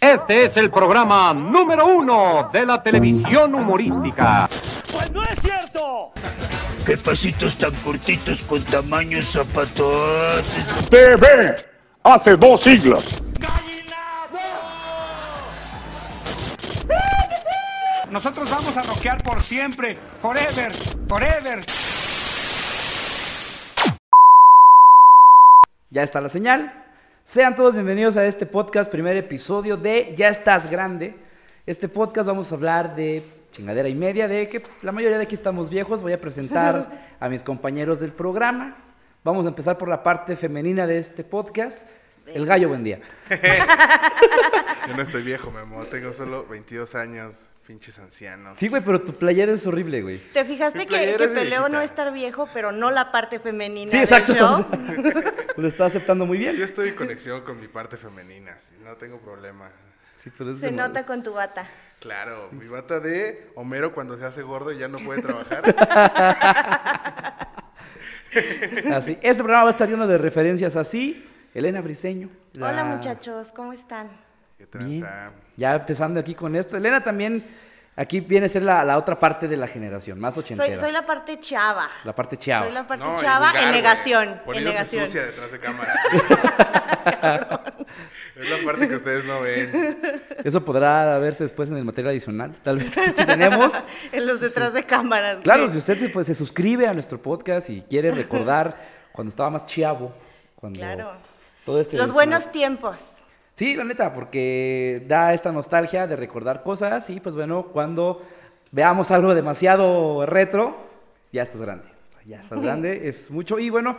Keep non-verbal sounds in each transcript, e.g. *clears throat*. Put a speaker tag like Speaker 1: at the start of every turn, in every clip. Speaker 1: Este es el programa número uno de la televisión humorística.
Speaker 2: ¡Pues no es cierto!
Speaker 3: ¡Qué pasitos tan cortitos con tamaño zapatos!
Speaker 4: TV hace dos siglos.
Speaker 5: Nosotros vamos a rockear por siempre, forever, forever.
Speaker 6: Ya está la señal. Sean todos bienvenidos a este podcast, primer episodio de Ya estás grande. Este podcast vamos a hablar de chingadera y media, de que pues, la mayoría de aquí estamos viejos. Voy a presentar
Speaker 7: *laughs*
Speaker 6: a mis compañeros del programa. Vamos a empezar por la parte femenina de este podcast. El gallo, buen día.
Speaker 8: Yo no estoy viejo, mi amor. Tengo solo 22 años. Pinches ancianos.
Speaker 6: Sí, güey, pero tu playera es horrible, güey.
Speaker 7: ¿Te fijaste
Speaker 8: Mi
Speaker 7: que,
Speaker 8: playera
Speaker 7: que
Speaker 8: es de
Speaker 7: peleo no
Speaker 8: viejita.
Speaker 7: estar viejo, pero no la parte femenina
Speaker 6: Sí,
Speaker 7: del
Speaker 6: exacto.
Speaker 7: show?
Speaker 6: *laughs* Lo está aceptando muy
Speaker 8: Yo
Speaker 6: bien.
Speaker 8: estoy en conexión con mi parte femenina, sí, no tengo problema.
Speaker 6: Sí, pero es
Speaker 7: Se
Speaker 6: de-
Speaker 7: nota con tu bata.
Speaker 8: Claro, mi bata de Homero cuando se hace gordo y ya no puede trabajar.
Speaker 5: *laughs*
Speaker 6: Así. Este programa va a estar lleno de referencias así. Elena Briseño. la-
Speaker 7: Hola muchachos, ¿cómo están?
Speaker 8: Qué
Speaker 6: Bien.
Speaker 8: tranza.
Speaker 6: Ya empezando aquí con esto. Elena también, aquí viene a ser la, la otra parte de la generación, más ochentera.
Speaker 7: Soy, soy la parte chava.
Speaker 6: La parte chava.
Speaker 7: Soy la parte
Speaker 8: No, y
Speaker 7: chava
Speaker 8: vulgar,
Speaker 7: en
Speaker 8: güey.
Speaker 7: negación. En
Speaker 8: Poniéndose
Speaker 7: negación.
Speaker 8: sucia detrás de cámara. es la parte que ustedes no ven.
Speaker 6: Eso podrá verse después en el material adicional, tal vez *laughs* si *laughs* tenemos.
Speaker 7: *laughs* En los detrás de cámaras.
Speaker 6: Claro,
Speaker 7: güey.
Speaker 6: si usted se, pues, se suscribe a nuestro podcast y quiere recordar
Speaker 7: *laughs*
Speaker 6: cuando estaba más chavo, cuando
Speaker 7: Claro.
Speaker 6: todo este
Speaker 7: Los
Speaker 6: desmadre.
Speaker 7: buenos tiempos.
Speaker 6: Sí, la neta, porque da esta nostalgia de recordar cosas y pues bueno, cuando veamos algo demasiado retro, ya estás grande. O sea, Ya estás grande, es mucho. Y bueno,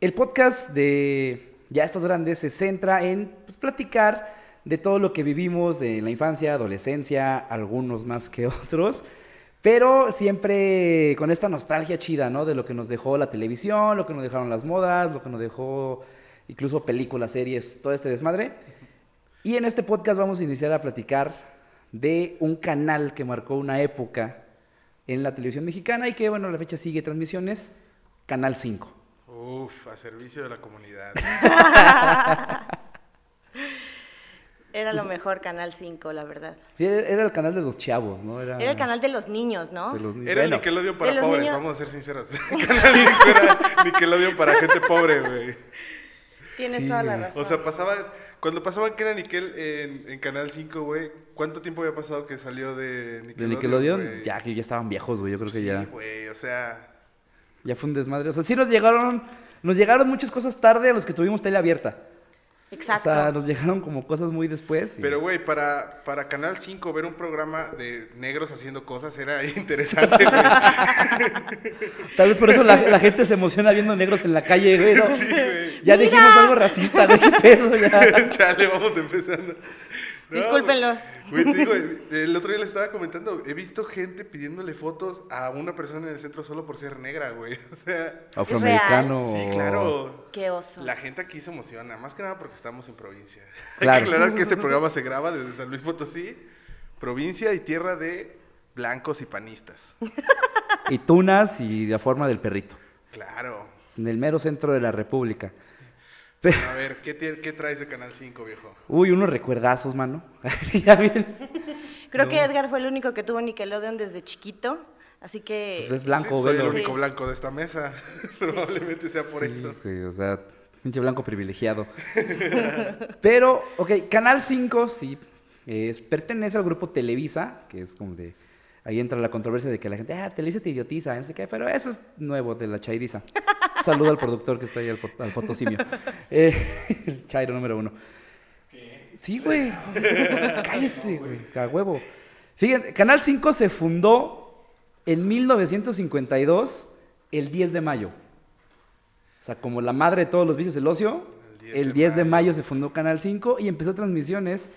Speaker 6: el podcast de Ya estás grande se centra en pues, platicar de todo lo que vivimos de la infancia, adolescencia, algunos más que otros. Pero siempre con esta nostalgia chida, ¿no? De lo que nos dejó la televisión, lo que nos dejaron las modas, lo que nos dejó incluso películas, series, todo este desmadre. Y en este podcast vamos a iniciar a platicar de un canal que marcó una época en la televisión mexicana y que, bueno, a la fecha sigue transmisiones, Canal 5.
Speaker 8: Uf, a servicio de la comunidad.
Speaker 7: Era lo mejor, Canal 5, la verdad.
Speaker 6: Sí, era era el canal de los chavos, ¿no? Era,
Speaker 7: Era el canal de los niños, ¿no?
Speaker 6: Ah. de los niños.
Speaker 8: Era el
Speaker 6: Bueno,
Speaker 8: Nickelodeon
Speaker 7: De
Speaker 8: para
Speaker 7: los
Speaker 8: pobres,
Speaker 7: niños-
Speaker 8: vamos a ser sinceros. *laughs* Canal cinco era Nickelodeon para gente pobre, güey.
Speaker 7: Tienes
Speaker 6: Sí,
Speaker 7: toda la
Speaker 6: güey.
Speaker 7: razón.
Speaker 8: O sea, pasaban. Cuando pasaban que era Nickel en, en Canal 5, güey, ¿cuánto tiempo había pasado que salió de Nickelodeon?
Speaker 6: de Nickelodeon,
Speaker 8: güey?
Speaker 6: ya que ya estaban viejos, güey, yo creo que ya,
Speaker 8: Sí, güey, o sea.
Speaker 6: ya fue un desmadre. O sea, sí nos llegaron, nos llegaron muchas cosas tarde a los que tuvimos tele abierta.
Speaker 7: Exacto.
Speaker 6: O sea, nos llegaron como cosas muy después. y-
Speaker 8: Pero, güey, para, para Canal 5 ver un programa de negros haciendo cosas era *laughs* interesante, güey. *laughs*
Speaker 6: Tal vez por eso la, la gente se emociona viendo negros en la calle,
Speaker 8: *laughs*
Speaker 6: güey. ¿no?
Speaker 8: güey.
Speaker 6: Ya dijimos algo racista, güey, *laughs* qué pedo, ya.
Speaker 8: Chale, vamos empezando. No,
Speaker 7: Discúlpenlos.
Speaker 8: Güey, Güey, te digo, el otro día le estaba comentando, he visto gente pidiéndole fotos a una persona en el centro solo por ser negra, güey. *laughs* O sea,
Speaker 6: Afroamericano.
Speaker 8: sí,
Speaker 6: o-
Speaker 8: claro.
Speaker 7: Qué oso.
Speaker 8: La gente aquí se emociona, más que nada porque estamos en provincia. *laughs* Hay
Speaker 6: Claro.
Speaker 8: que aclarar que este programa se graba desde San Luis Potosí, provincia y tierra de blancos y panistas.
Speaker 6: Y tunas y la forma del perrito.
Speaker 8: Claro.
Speaker 6: En el mero centro de la República. Pe-
Speaker 8: A ver, ¿qué, tie- qué traes de Canal 5, viejo?
Speaker 6: Uy, unos recuerdazos, mano. *laughs* Así ya bien.
Speaker 7: Creo que Edgar fue el único que tuvo Nickelodeon desde chiquito. Así que.
Speaker 6: Pues es blanco,
Speaker 8: Sí, soy el
Speaker 6: velo.
Speaker 8: único
Speaker 7: Eh, Sí.
Speaker 8: blanco de esta mesa. *laughs* Probablemente sea por
Speaker 6: Sí,
Speaker 8: eso.
Speaker 6: güey, o sea, pinche
Speaker 8: *laughs*
Speaker 6: blanco privilegiado. Pero, ok, Canal 5 sí es- pertenece al grupo Televisa, que es como de. Ahí entra la controversia de que la gente, ah, Televisa te idiotiza, no sé qué, pero eso es nuevo de la chairiza. Saludo al productor que está ahí, al, fo- al fotosimio. *laughs* Eh, el chairo número uno. Sí, güey. Cállese, güey. A huevo. Fíjense, Canal 5 se fundó en 1952, el 10 de mayo. O sea, como la madre de todos los vicios, el ocio, el 10, de, mayo. se fundó Canal 5 y empezó transmisiones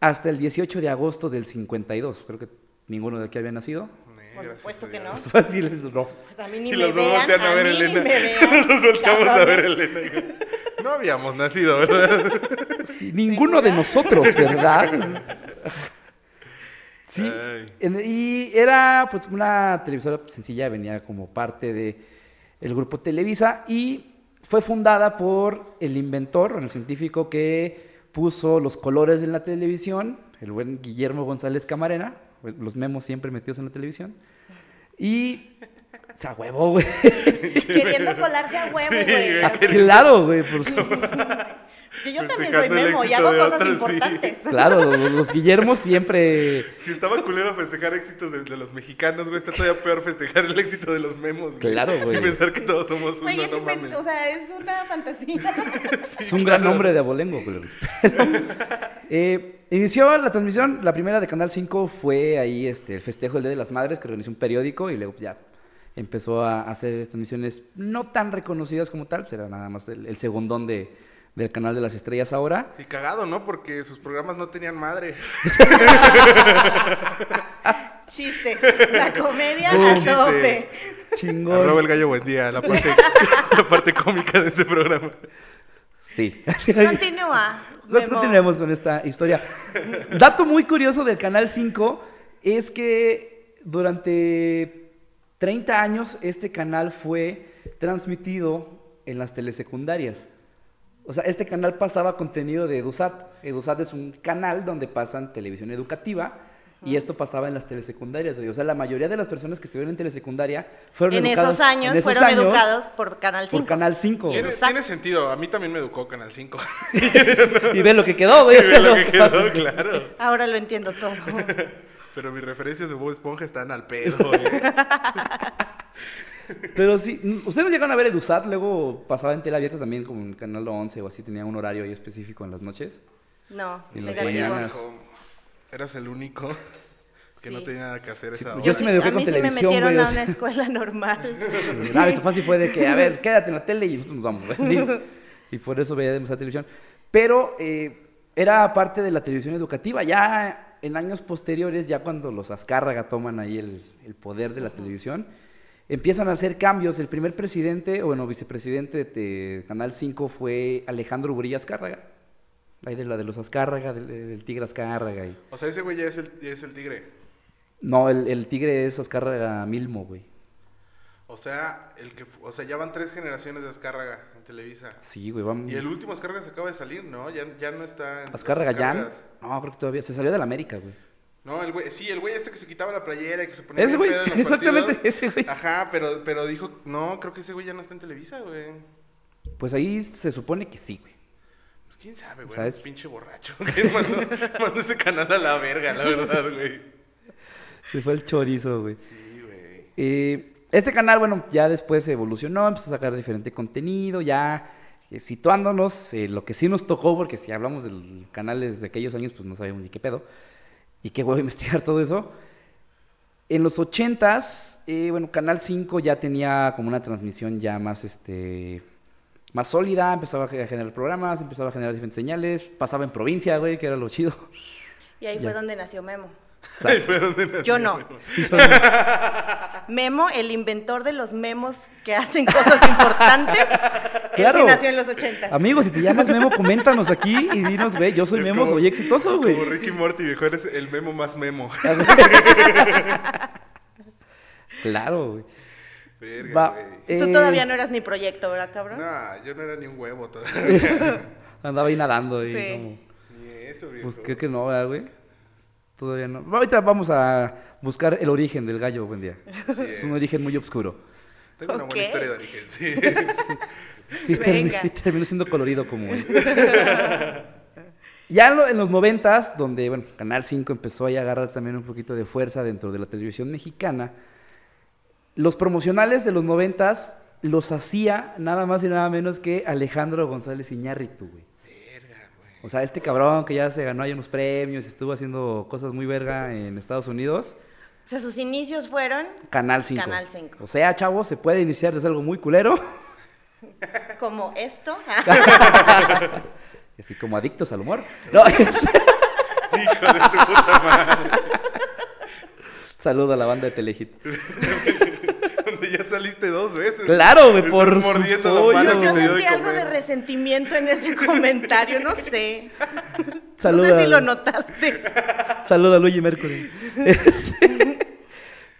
Speaker 6: hasta el 18 de agosto del 52. Creo que ninguno de aquí había nacido. *laughs*
Speaker 8: Eh,
Speaker 7: Por
Speaker 8: gracias
Speaker 7: supuesto
Speaker 8: a *laughs*
Speaker 7: que no.
Speaker 8: Dios.
Speaker 6: Es fácil, no.
Speaker 7: Pues a mí ni
Speaker 8: Y
Speaker 7: me
Speaker 8: los dos
Speaker 7: vean,
Speaker 8: voltean a ver
Speaker 7: mí ni
Speaker 8: Elena.
Speaker 7: me vean,
Speaker 8: Los volteamos a
Speaker 7: cabrones. *laughs*
Speaker 8: ver Elena. No habíamos nacido, ¿verdad?
Speaker 6: Sí, ninguno de nosotros, ¿verdad? Sí.
Speaker 8: Ay.
Speaker 6: en- y era pues una televisora sencilla, venía como parte de el grupo Televisa y fue fundada por el inventor, el científico que puso los colores en la televisión, el buen Guillermo González Camarena, pues, los memos siempre metidos en la televisión, y se ahuevó, güey. *laughs*
Speaker 7: Queriendo colarse a huevo,
Speaker 8: Sí,
Speaker 7: güey.
Speaker 6: Ah, claro, güey, por su-
Speaker 7: Que yo también soy
Speaker 8: Festejando el
Speaker 7: memo y
Speaker 8: éxito
Speaker 7: hago
Speaker 8: de
Speaker 7: cosas
Speaker 8: otros, sí.
Speaker 7: importantes.
Speaker 6: claro, los Guillermos siempre...
Speaker 8: Si estaba culero festejar éxitos de, de los mexicanos, güey, está todavía peor festejar el éxito de los memos, güey.
Speaker 6: Claro, güey.
Speaker 8: Y pensar que todos somos uno,
Speaker 7: Güey, es
Speaker 8: no
Speaker 7: invent-
Speaker 8: mames.
Speaker 7: o sea, es una fantasía.
Speaker 6: Es un gran nombre de abolengo, culero. *laughs* Eh, inició la transmisión, la primera de Canal 5 fue ahí este, el festejo del Día de las Madres, que organizó un periódico y luego pues, ya empezó a hacer transmisiones no tan reconocidas como tal, será nada más el, el segundón de, del Canal de las
Speaker 8: *laughs*
Speaker 6: Estrellas ahora.
Speaker 8: Y cagado, ¿no? Porque sus programas no tenían madre.
Speaker 7: Chiste. La comedia
Speaker 8: Un
Speaker 7: a
Speaker 8: chiste.
Speaker 7: tope.
Speaker 8: Arroba el
Speaker 6: Chingón.
Speaker 8: gallo buen día, la parte, *laughs* la parte cómica de este programa. *laughs*
Speaker 6: Sí.
Speaker 7: Continúa.
Speaker 6: No
Speaker 7: Memo.
Speaker 6: continuemos con esta historia. Dato muy curioso del Canal 5 es que durante 30 años este canal fue transmitido en las telesecundarias. O sea, este canal pasaba contenido de EduSat. EduSat es un canal donde pasan televisión educativa y esto pasaba en las telesecundarias. güey. O sea, la mayoría de las personas que estuvieron en telesecundaria fueron
Speaker 7: En
Speaker 6: educadas
Speaker 7: esos años
Speaker 6: en esos
Speaker 7: fueron
Speaker 6: años
Speaker 7: educados por Canal 5.
Speaker 6: por Canal 5.
Speaker 8: Tiene,
Speaker 7: Exacto.
Speaker 8: tiene sentido, a mí también me educó Canal *laughs*
Speaker 6: *laughs*
Speaker 8: 5.
Speaker 6: Y ve lo que quedó,
Speaker 8: *laughs*
Speaker 6: güey. *laughs*
Speaker 8: lo que quedó,
Speaker 6: Entonces,
Speaker 8: claro.
Speaker 7: Ahora lo entiendo todo.
Speaker 8: Pero mis referencias de Bob Esponja están al
Speaker 6: *laughs*
Speaker 8: pedo, güey.
Speaker 6: Pero sí, mm, ustedes no llegaron a ver EduSat, luego pasaba en tela abierta también como en Canal 11 o así, tenía un horario ahí específico en las noches.
Speaker 7: No,
Speaker 6: Y en las
Speaker 7: negativo.
Speaker 6: mañanas.
Speaker 8: Hijo, Eras el único que no
Speaker 7: Sí.
Speaker 8: tenía nada que hacer
Speaker 6: Sí,
Speaker 8: esa
Speaker 6: pues
Speaker 8: hora.
Speaker 6: yo sí me eduqué
Speaker 7: a
Speaker 6: con
Speaker 7: mí sí me
Speaker 6: televisión,
Speaker 7: metieron
Speaker 6: güey.
Speaker 7: a
Speaker 6: o
Speaker 7: una
Speaker 6: sea, *laughs*
Speaker 7: escuela *laughs* normal.
Speaker 6: nada, Ah, mi papá sí fue de que, a ver, quédate en la tele y nosotros nos vamos. güey, sí. Y por eso veía demasiada televisión. Pero eh, era parte de la televisión educativa. Ya en años posteriores, ya cuando los Azcárraga toman ahí el, el poder de la televisión, empiezan a hacer cambios. El primer presidente, o bueno, vicepresidente de Canal 5 fue Alejandro Burilla Azcárraga. Ahí de la de los Azcárraga, del, del Tigre Azcárraga. y-
Speaker 8: O sea, ese güey ya es el, ya es el tigre.
Speaker 6: No, el, el Tigre es Azcárraga Milmo, güey.
Speaker 8: O sea, el que, fu- o sea, ya van tres generaciones de Azcárraga en Televisa.
Speaker 6: Sí, güey, vamos.
Speaker 8: Y el último Azcárraga se acaba de salir, ¿no? Ya, ya no está en los
Speaker 6: Azcárraga Jan.
Speaker 8: Azcárragas.
Speaker 6: No, creo que todavía. Se salió de la América, güey.
Speaker 8: No, el güey, sí, el güey este que se quitaba la playera y que se ponía
Speaker 6: Ese
Speaker 8: bien
Speaker 6: güey,
Speaker 8: pedo en los
Speaker 6: *laughs* exactamente,
Speaker 8: partidos.
Speaker 6: ese güey.
Speaker 8: Ajá, pero, pero dijo, no, creo que ese güey ya no está en Televisa, güey.
Speaker 6: Pues ahí se supone que sí, güey.
Speaker 8: Pues quién sabe, güey,
Speaker 6: ¿Sabes?
Speaker 8: es pinche borracho. *laughs* Que mandó, mandó ese canal a la verga, la verdad, güey.
Speaker 6: Se fue el chorizo, güey.
Speaker 8: Sí, güey.
Speaker 6: Eh, este canal, bueno, ya después evolucionó, empezó a sacar diferente contenido, ya eh, situándonos, eh, lo que sí nos tocó, porque si hablamos de los canales de aquellos años, pues no sabíamos ni qué pedo, y qué huevo *laughs* investigar todo eso. En los 80s, eh, bueno, Canal 5 ya tenía como una transmisión ya más, este, más sólida, empezaba a generar programas, empezaba a generar diferentes señales, pasaba en provincia, güey, que era lo chido. *laughs*
Speaker 7: Y ahí fue
Speaker 6: Ya.
Speaker 7: donde nació Memo.
Speaker 8: Ahí fue donde nació.
Speaker 7: Yo no. Memo, el inventor de los memos que hacen cosas *laughs* importantes. Él
Speaker 6: Claro.
Speaker 7: sí nació en los 80.
Speaker 6: Amigos, si te llamas Memo, coméntanos aquí y dinos, güey, yo soy
Speaker 8: Es
Speaker 6: Memo,
Speaker 8: como-
Speaker 6: soy exitoso, güey.
Speaker 8: Como Ricky Morty, viejo, eres el memo más memo.
Speaker 6: Claro, güey.
Speaker 8: Verga,
Speaker 6: Va,
Speaker 8: güey.
Speaker 7: Tú
Speaker 6: eh,
Speaker 7: todavía no eras ni proyecto, ¿verdad, cabrón?
Speaker 8: No, yo no era ni un huevo
Speaker 6: *laughs*
Speaker 8: todavía.
Speaker 6: Andaba ahí nadando ahí,
Speaker 7: Sí.
Speaker 6: como,
Speaker 8: Ni eso, viejo.
Speaker 6: pues creo que no, ¿verdad, güey. Todavía no. Ahorita vamos a buscar el origen del gallo, buen día. Es un origen muy oscuro.
Speaker 8: Tengo una buena
Speaker 7: Ok.
Speaker 8: historia de origen, sí. *laughs*
Speaker 6: Y, termi-
Speaker 7: Venga.
Speaker 6: y terminó siendo colorido como él. Ya en, lo- en los noventas, donde, bueno, Canal 5 empezó ahí a agarrar también un poquito de fuerza dentro de la televisión mexicana, los promocionales de los noventas los hacía nada más y nada menos que Alejandro González Iñárritu, güey. O sea, este cabrón que ya se ganó ahí unos premios y estuvo haciendo cosas muy verga en Estados Unidos.
Speaker 7: O sea, sus inicios fueron
Speaker 6: Canal 5.
Speaker 7: Canal 5.
Speaker 6: O sea, chavos, se puede iniciar desde algo muy culero.
Speaker 7: como esto. *laughs*
Speaker 6: *laughs* Así como adictos al humor. No, *laughs* es-
Speaker 8: Hijo de tu puta madre.
Speaker 6: Saludo a la banda de Telehit.
Speaker 8: Donde ya saliste dos veces.
Speaker 6: Claro, güey,
Speaker 8: Estás
Speaker 6: por
Speaker 8: mordiendo
Speaker 6: su
Speaker 8: la mano
Speaker 6: pollo,
Speaker 8: que
Speaker 7: Yo
Speaker 8: te dio
Speaker 7: sentí
Speaker 8: de
Speaker 7: algo de
Speaker 8: comer.
Speaker 7: resentimiento
Speaker 8: *laughs*
Speaker 7: en ese comentario, no sé.
Speaker 6: Saluda,
Speaker 7: No sé si lo
Speaker 6: al-
Speaker 7: notaste.
Speaker 6: saluda a Luigi Mercury. *laughs*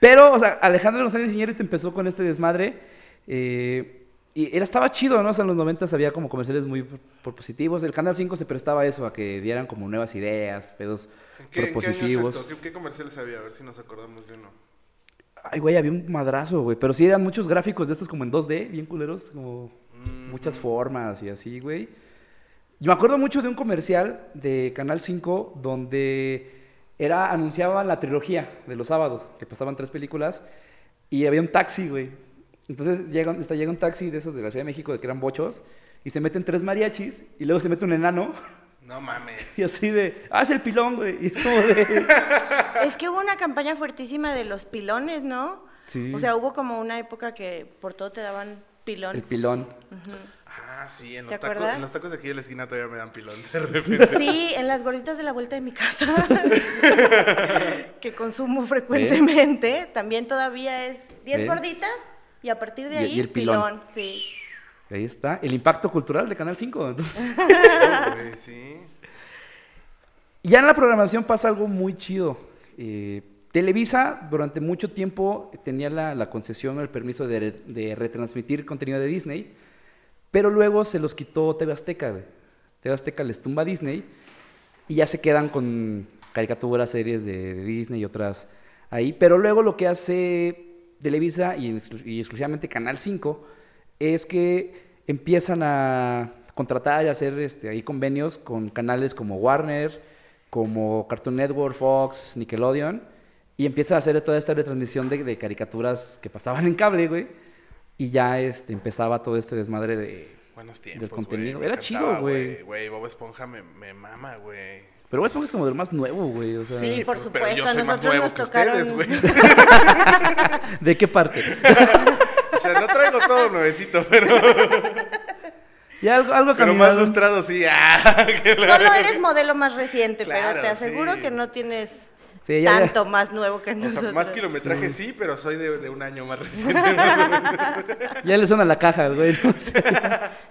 Speaker 6: Este, Pero, o sea, Alejandro González Iñárritu empezó con este desmadre. eh, Y era, estaba chido, ¿no? O sea, en los 90 había como comerciales muy pro- propositivos. El Canal 5 se prestaba a eso, a que dieran como nuevas ideas, pedos
Speaker 8: ¿En ¿Qué, en qué año es
Speaker 6: propositivos.
Speaker 8: esto? ¿Qué, qué comerciales había? A ver si nos acordamos de uno.
Speaker 6: Ay, güey, había un madrazo, güey. Pero sí eran muchos gráficos de estos como en 2D, bien culeros, como muchas formas y así, güey. Yo me acuerdo mucho de un comercial de Canal 5 donde era, anunciaban la trilogía de los sábados, que pasaban tres películas, y había un taxi, güey. Entonces llega, un- está, llega un taxi de esos de la Ciudad de México, de que eran bochos, y se meten tres mariachis, y luego se mete un enano, *laughs*
Speaker 8: No mames.
Speaker 6: y así de, ah, es el pilón, güey. Y es como de...
Speaker 7: Es que hubo una campaña fuertísima de los pilones, ¿no?
Speaker 6: Sí.
Speaker 7: O sea, hubo como una época que por todo te daban pilón.
Speaker 6: el pilón.
Speaker 8: Ah, sí, en
Speaker 7: ¿Te
Speaker 8: los, tacos,
Speaker 7: acuerdas?
Speaker 8: en los tacos de aquí de la esquina todavía me dan pilón de *laughs* repente.
Speaker 7: Sí, en las gorditas de la vuelta de mi casa,
Speaker 6: *laughs*
Speaker 7: que consumo frecuentemente, también todavía es 10
Speaker 6: Ve.
Speaker 7: gorditas y a partir de
Speaker 6: Y-
Speaker 7: ahí
Speaker 6: y el pilón. *laughs*
Speaker 7: sí.
Speaker 6: Ahí está, el impacto cultural de Canal 5. entonces.
Speaker 7: *laughs*
Speaker 8: Güey, sí.
Speaker 6: Y ya en la programación pasa algo muy chido. Eh, Televisa durante mucho tiempo tenía la, la concesión o el permiso de, re- de retransmitir contenido de Disney, pero luego se los quitó TV Azteca. güey. TV Azteca les tumba a Disney y ya se quedan con caricaturas, series de, de Disney y otras ahí. Pero luego lo que hace Televisa y, exclu- y exclusivamente Canal 5 es que empiezan a contratar y hacer este, ahí convenios con canales como Warner, como Cartoon Network, Fox, Nickelodeon, y empiezan a hacer toda esta retransmisión de, de caricaturas que pasaban en cable, güey. Y ya este, empezaba todo este desmadre de...
Speaker 8: Buenos
Speaker 6: Del
Speaker 8: tiempos.
Speaker 6: contenido.
Speaker 8: güey, me
Speaker 6: Era chido,
Speaker 8: encantaba,
Speaker 6: güey.
Speaker 8: Güey, Bob Esponja me, me mama, güey.
Speaker 6: Pero eso es como de lo más nuevo, güey. o sea,
Speaker 7: Sí, por
Speaker 8: pero-
Speaker 7: supuesto,
Speaker 8: Pero yo soy más
Speaker 7: nosotros
Speaker 8: nuevo
Speaker 7: nos
Speaker 8: que
Speaker 7: tocaron-
Speaker 8: ustedes, güey.
Speaker 6: ¿De qué parte?
Speaker 8: O sea, no traigo todo nuevecito, pero,
Speaker 6: Ya algo, algo
Speaker 8: pero más
Speaker 6: caminado.
Speaker 8: lustrado sí. *laughs* Ah, que la-
Speaker 7: Solo eres modelo más reciente,
Speaker 8: Claro,
Speaker 7: pero te aseguro
Speaker 8: sí.
Speaker 7: que no tienes
Speaker 6: Sí, ya- ya.
Speaker 7: tanto más nuevo que
Speaker 8: O sea,
Speaker 7: nosotros.
Speaker 6: eh,
Speaker 8: más kilometraje sí, pero soy de, de un año más
Speaker 6: *laughs*
Speaker 8: reciente.
Speaker 6: Ya le suena la caja, güey. ¿no? Sí.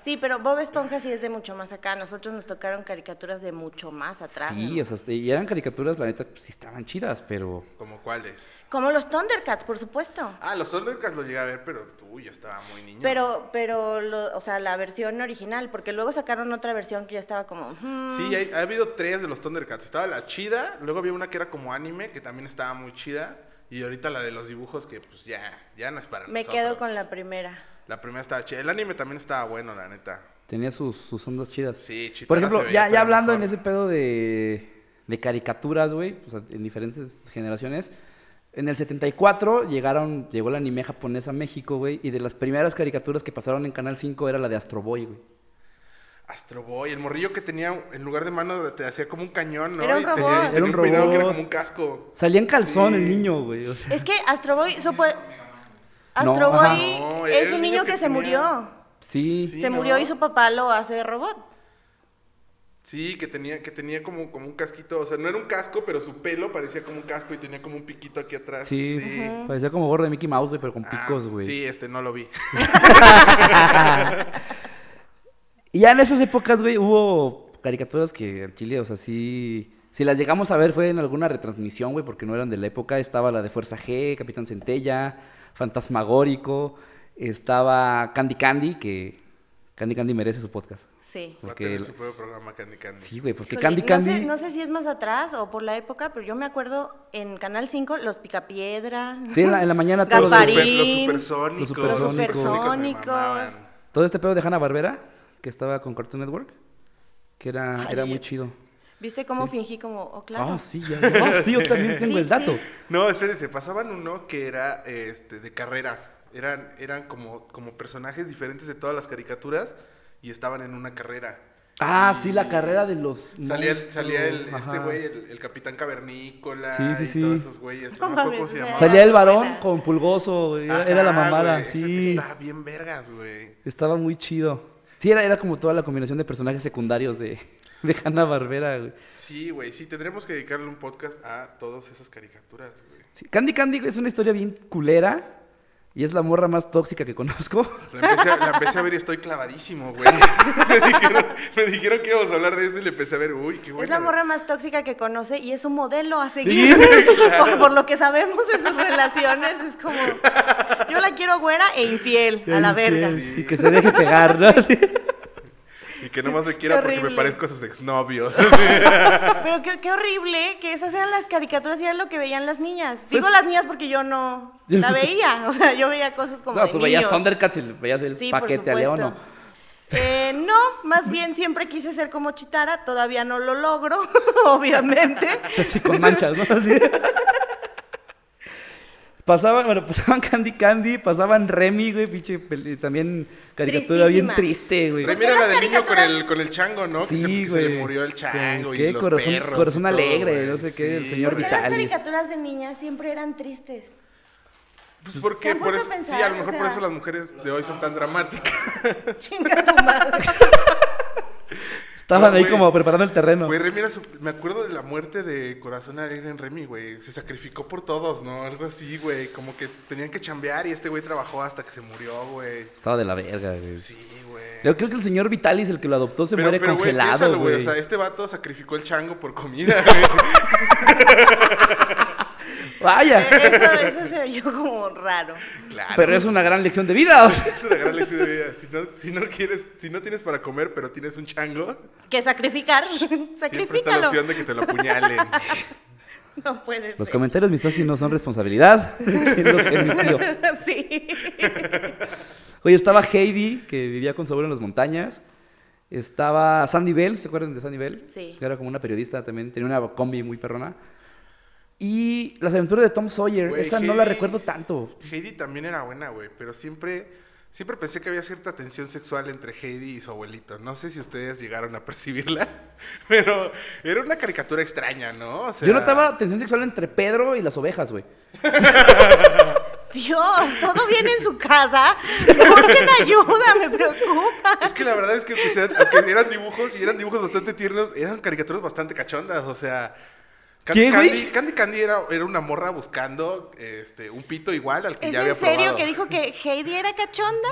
Speaker 7: Sí, pero Bob Esponja sí es de mucho más acá. Nosotros nos tocaron caricaturas de mucho más atrás.
Speaker 6: Sí,
Speaker 7: ¿no?
Speaker 6: o sea, este, y eran caricaturas, la neta, pues, sí estaban chidas, pero.
Speaker 8: ¿Como cuáles?
Speaker 7: Como los Thundercats, por supuesto.
Speaker 8: Ah, los Thundercats lo llegué a ver, pero tú ya estaba muy niño.
Speaker 7: Pero, pero, lo- o sea, la versión original, porque luego sacaron otra versión que ya estaba como... hmm,
Speaker 8: Sí, hay- ha habido tres de los Thundercats. Estaba la chida, luego había una que era como anime, que también estaba muy chida. Y ahorita la de los dibujos que pues ya, ya no es para
Speaker 7: me
Speaker 8: nosotros.
Speaker 7: quedo con la primera.
Speaker 8: La primera estaba chida. El anime también estaba bueno, la neta.
Speaker 6: Tenía sus, sus ondas chidas.
Speaker 8: Sí,
Speaker 6: Por
Speaker 8: Chitara se
Speaker 6: ejemplo,
Speaker 8: veía
Speaker 6: ya, ya
Speaker 8: todavía
Speaker 6: hablando en
Speaker 8: mejor.
Speaker 6: ese pedo de, de caricaturas, güey, o sea, en diferentes generaciones. En el 74 llegaron, llegó el anime japonés a México, güey, y de las primeras caricaturas que pasaron en Canal 5 era la de Astro Boy, güey.
Speaker 8: Astro Boy, el morrillo que tenía en lugar de mano te hacía como un cañón, ¿no?
Speaker 7: Era un
Speaker 8: Y
Speaker 7: robot.
Speaker 8: tenía, y
Speaker 7: Era
Speaker 8: tenía
Speaker 6: un
Speaker 8: un peinado que era
Speaker 6: robot.
Speaker 8: como un casco.
Speaker 6: Salía en calzón
Speaker 8: Sí.
Speaker 6: el niño, güey. o sea.
Speaker 7: Es que Astro Boy supo...
Speaker 6: No,
Speaker 7: Astro
Speaker 6: ajá.
Speaker 7: Boy
Speaker 8: No, era
Speaker 7: es
Speaker 8: el
Speaker 7: un
Speaker 8: niño
Speaker 7: niño
Speaker 8: que
Speaker 7: que, se
Speaker 8: tenía-
Speaker 7: murió.
Speaker 6: sí.
Speaker 8: Sí,
Speaker 7: se
Speaker 8: ¿no?
Speaker 7: murió y su papá lo hace robot.
Speaker 8: Sí, que tenía, que tenía como, como un casquito, o sea, no era un casco, pero su pelo parecía como un casco y tenía como un piquito aquí atrás.
Speaker 6: Sí, parecía como gordo de Mickey Mouse, güey, pero con
Speaker 8: Ah,
Speaker 6: picos, güey.
Speaker 8: Sí, este, no lo vi.
Speaker 6: Y ya en esas épocas, güey, hubo caricaturas que en Chile, o sea, sí. Si las llegamos a ver fue en alguna retransmisión, güey, porque no eran de la época. Estaba la de Fuerza G, Capitán Centella, Fantasmagórico, estaba Candy Candy, que Candy Candy merece su podcast.
Speaker 7: Sí.
Speaker 8: Va a
Speaker 6: Porque
Speaker 8: tener
Speaker 6: el-
Speaker 8: su propio programa Candy Candy.
Speaker 6: Sí, güey, porque
Speaker 7: Híjole,
Speaker 6: Candy
Speaker 7: no
Speaker 6: Candy.
Speaker 7: sé- No sé, si es más atrás o por la época, pero yo me acuerdo en Canal 5, los Picapiedra.
Speaker 6: Sí, en la- en la mañana todos
Speaker 8: Los,
Speaker 6: los-
Speaker 7: Gasparín.
Speaker 8: super- los supersónicos.
Speaker 6: Los
Speaker 8: supersónicos me
Speaker 7: supersónicos.
Speaker 8: mamaban.
Speaker 6: Todo este pedo de Hanna Barbera, que estaba con Cartoon Network, que era,
Speaker 7: Ay,
Speaker 6: era muy
Speaker 7: ya.
Speaker 6: chido.
Speaker 7: ¿Viste cómo fingí como, oh, claro?
Speaker 6: Ah, sí, ya. Ah, sí, yo
Speaker 7: *laughs*
Speaker 6: también tengo
Speaker 7: Sí,
Speaker 6: el dato.
Speaker 7: sí.
Speaker 8: No, espérense, pasaban uno que era este, de carreras. Eran, eran como, como personajes diferentes de todas las caricaturas y estaban en una carrera.
Speaker 6: Ah, sí, la carrera de los.
Speaker 8: Salía, el-
Speaker 6: monstruos.
Speaker 8: salía el, este
Speaker 6: Ajá.
Speaker 8: güey, el, el capitán cavernícola
Speaker 6: Sí, sí,
Speaker 8: y
Speaker 6: sí.
Speaker 8: todos esos güeyes.
Speaker 7: No
Speaker 8: No, me acuerdo cómo
Speaker 7: mames,
Speaker 8: se
Speaker 7: o sea,
Speaker 8: llamaba.
Speaker 6: Salía el
Speaker 7: Ah, buena.
Speaker 6: varón con pulgoso, güey, era-
Speaker 8: Ajá,
Speaker 6: era la mamada,
Speaker 8: güey, ese-
Speaker 6: sí.
Speaker 8: Estaba bien vergas, güey.
Speaker 6: Estaba muy chido. Sí, era, era como toda la combinación de personajes secundarios de, *laughs* de Hanna Barbera, güey.
Speaker 8: Sí, güey, sí, tendremos que dedicarle un podcast a todas esas caricaturas, güey.
Speaker 6: Sí, Candy Candy güey, es una historia bien culera y es la morra más tóxica que conozco.
Speaker 8: La empecé, a, la empecé a ver y estoy clavadísimo, güey. *laughs* me, dijeron, me dijeron que íbamos a hablar de eso y le empecé a ver, uy, qué buena.
Speaker 7: Es la
Speaker 8: güey.
Speaker 7: morra más tóxica que conoce y es un *laughs* modelo a seguir. por, por lo que sabemos de sus relaciones, es como. Yo la quiero güera
Speaker 6: *laughs*
Speaker 7: e infiel, a la verga.
Speaker 6: Y que se deje pegar,
Speaker 7: *laughs*
Speaker 6: ¿no? Sí.
Speaker 8: Y que nomás me quiera
Speaker 7: Qué
Speaker 8: porque me
Speaker 7: horrible.
Speaker 8: parezco a sus
Speaker 7: *laughs*
Speaker 8: exnovios.
Speaker 7: Pero qué, qué horrible que esas eran las caricaturas y era lo que veían las niñas. Digo
Speaker 6: Pues-
Speaker 7: las niñas porque yo no
Speaker 6: *laughs*
Speaker 7: la veía. O sea, yo veía cosas como.
Speaker 6: No,
Speaker 7: de
Speaker 6: tú veías
Speaker 7: niños.
Speaker 6: Thundercats y le veías el
Speaker 7: Sí, por
Speaker 6: paquete a
Speaker 7: supuesto.
Speaker 6: Leono.
Speaker 7: Eh, no, más bien siempre quise ser como Chitara, todavía no lo logro, *laughs* obviamente.
Speaker 6: *laughs* Así con manchas, ¿no? Así. *laughs* Pasaban, bueno, pasaban Candy Candy, pasaban Remy, güey, pinche, peli- también caricatura bien
Speaker 7: Tristísima.
Speaker 6: triste, güey.
Speaker 8: Pero mira
Speaker 7: las
Speaker 8: la del niño con
Speaker 7: caricaturas-
Speaker 8: el, con el chango, ¿no? que, se, que se le murió el chango
Speaker 6: Qué
Speaker 8: y los
Speaker 6: corazón,
Speaker 8: perros y
Speaker 6: corazón
Speaker 8: todo,
Speaker 6: alegre,
Speaker 8: güey.
Speaker 6: no sé qué, el
Speaker 8: Sí,
Speaker 6: señor
Speaker 7: ¿Por qué las
Speaker 6: Vitalis.
Speaker 7: caricaturas de niñas siempre eran tristes?
Speaker 8: Pues porque
Speaker 7: han
Speaker 8: por
Speaker 7: puesto
Speaker 8: eso,
Speaker 7: a
Speaker 8: sí, a
Speaker 7: pensar,
Speaker 8: lo
Speaker 7: o
Speaker 8: mejor por
Speaker 7: sea-
Speaker 8: eso las mujeres de hoy son tan dramáticas.
Speaker 7: Chinga tu madre.
Speaker 6: Estaban
Speaker 8: No,
Speaker 6: ahí
Speaker 8: güey.
Speaker 6: como preparando el terreno.
Speaker 8: Güey, Remy era su- Me acuerdo de la muerte de Corazón Alegre en Remy, güey. Se sacrificó por todos, ¿no? Algo así, güey. Como que tenían que chambear y este güey trabajó hasta que se murió, güey.
Speaker 6: Estaba de la verga, güey.
Speaker 8: Sí, güey.
Speaker 6: Yo creo que el señor Vitalis, el que lo adoptó, se muere
Speaker 8: güey,
Speaker 6: congelado,
Speaker 8: piénsalo,
Speaker 6: güey.
Speaker 8: O sea, este vato sacrificó el chango por comida, *laughs* güey.
Speaker 6: Vaya,
Speaker 7: Eso, eso se oyó como raro.
Speaker 8: *laughs* claro.
Speaker 6: pero es una gran lección de vida. o sea.
Speaker 8: Es una gran lección de vida. Si no, si no quieres, si no tienes para comer, pero tienes un chango,
Speaker 7: Que sacrificar,
Speaker 8: siempre está la
Speaker 7: sacrifícalo.
Speaker 8: opción de que te lo apuñalen.
Speaker 7: No puede
Speaker 6: Los
Speaker 7: ser.
Speaker 6: comentarios misóginos son responsabilidad. *laughs* ¿Quién los emitió?
Speaker 7: *laughs* sí.
Speaker 6: Oye, estaba Heidi, que vivía con su abuelo en las montañas. Estaba Sandy Bell, ¿se acuerdan de Sandy Bell?
Speaker 7: Sí.
Speaker 6: Que era como una periodista también, tenía una combi muy perrona. Y las aventuras de Tom Sawyer,
Speaker 8: Güey,
Speaker 6: esa no la
Speaker 8: Heidi.
Speaker 6: recuerdo tanto.
Speaker 8: Heidi también era buena, güey, pero siempre, siempre pensé que había cierta tensión sexual entre Heidi y su abuelito. No sé si ustedes llegaron a percibirla, *laughs* pero era una caricatura extraña, ¿no? O sea,
Speaker 6: Yo notaba tensión sexual entre Pedro y las ovejas, güey.
Speaker 7: Dios, todo bien en su casa. Busquen ayuda, me preocupa.
Speaker 8: Es que la verdad es que aunque sean- aunque eran dibujos y eran dibujos bastante tiernos, eran caricaturas bastante cachondas, o sea... Can-
Speaker 6: ¿Qué, güey?
Speaker 8: Candy, Candy Candy era, era una morra buscando este, un pito igual al que
Speaker 7: ¿Es
Speaker 8: ya había
Speaker 7: en serio
Speaker 8: probado.
Speaker 7: que dijo que Heidi era cachonda?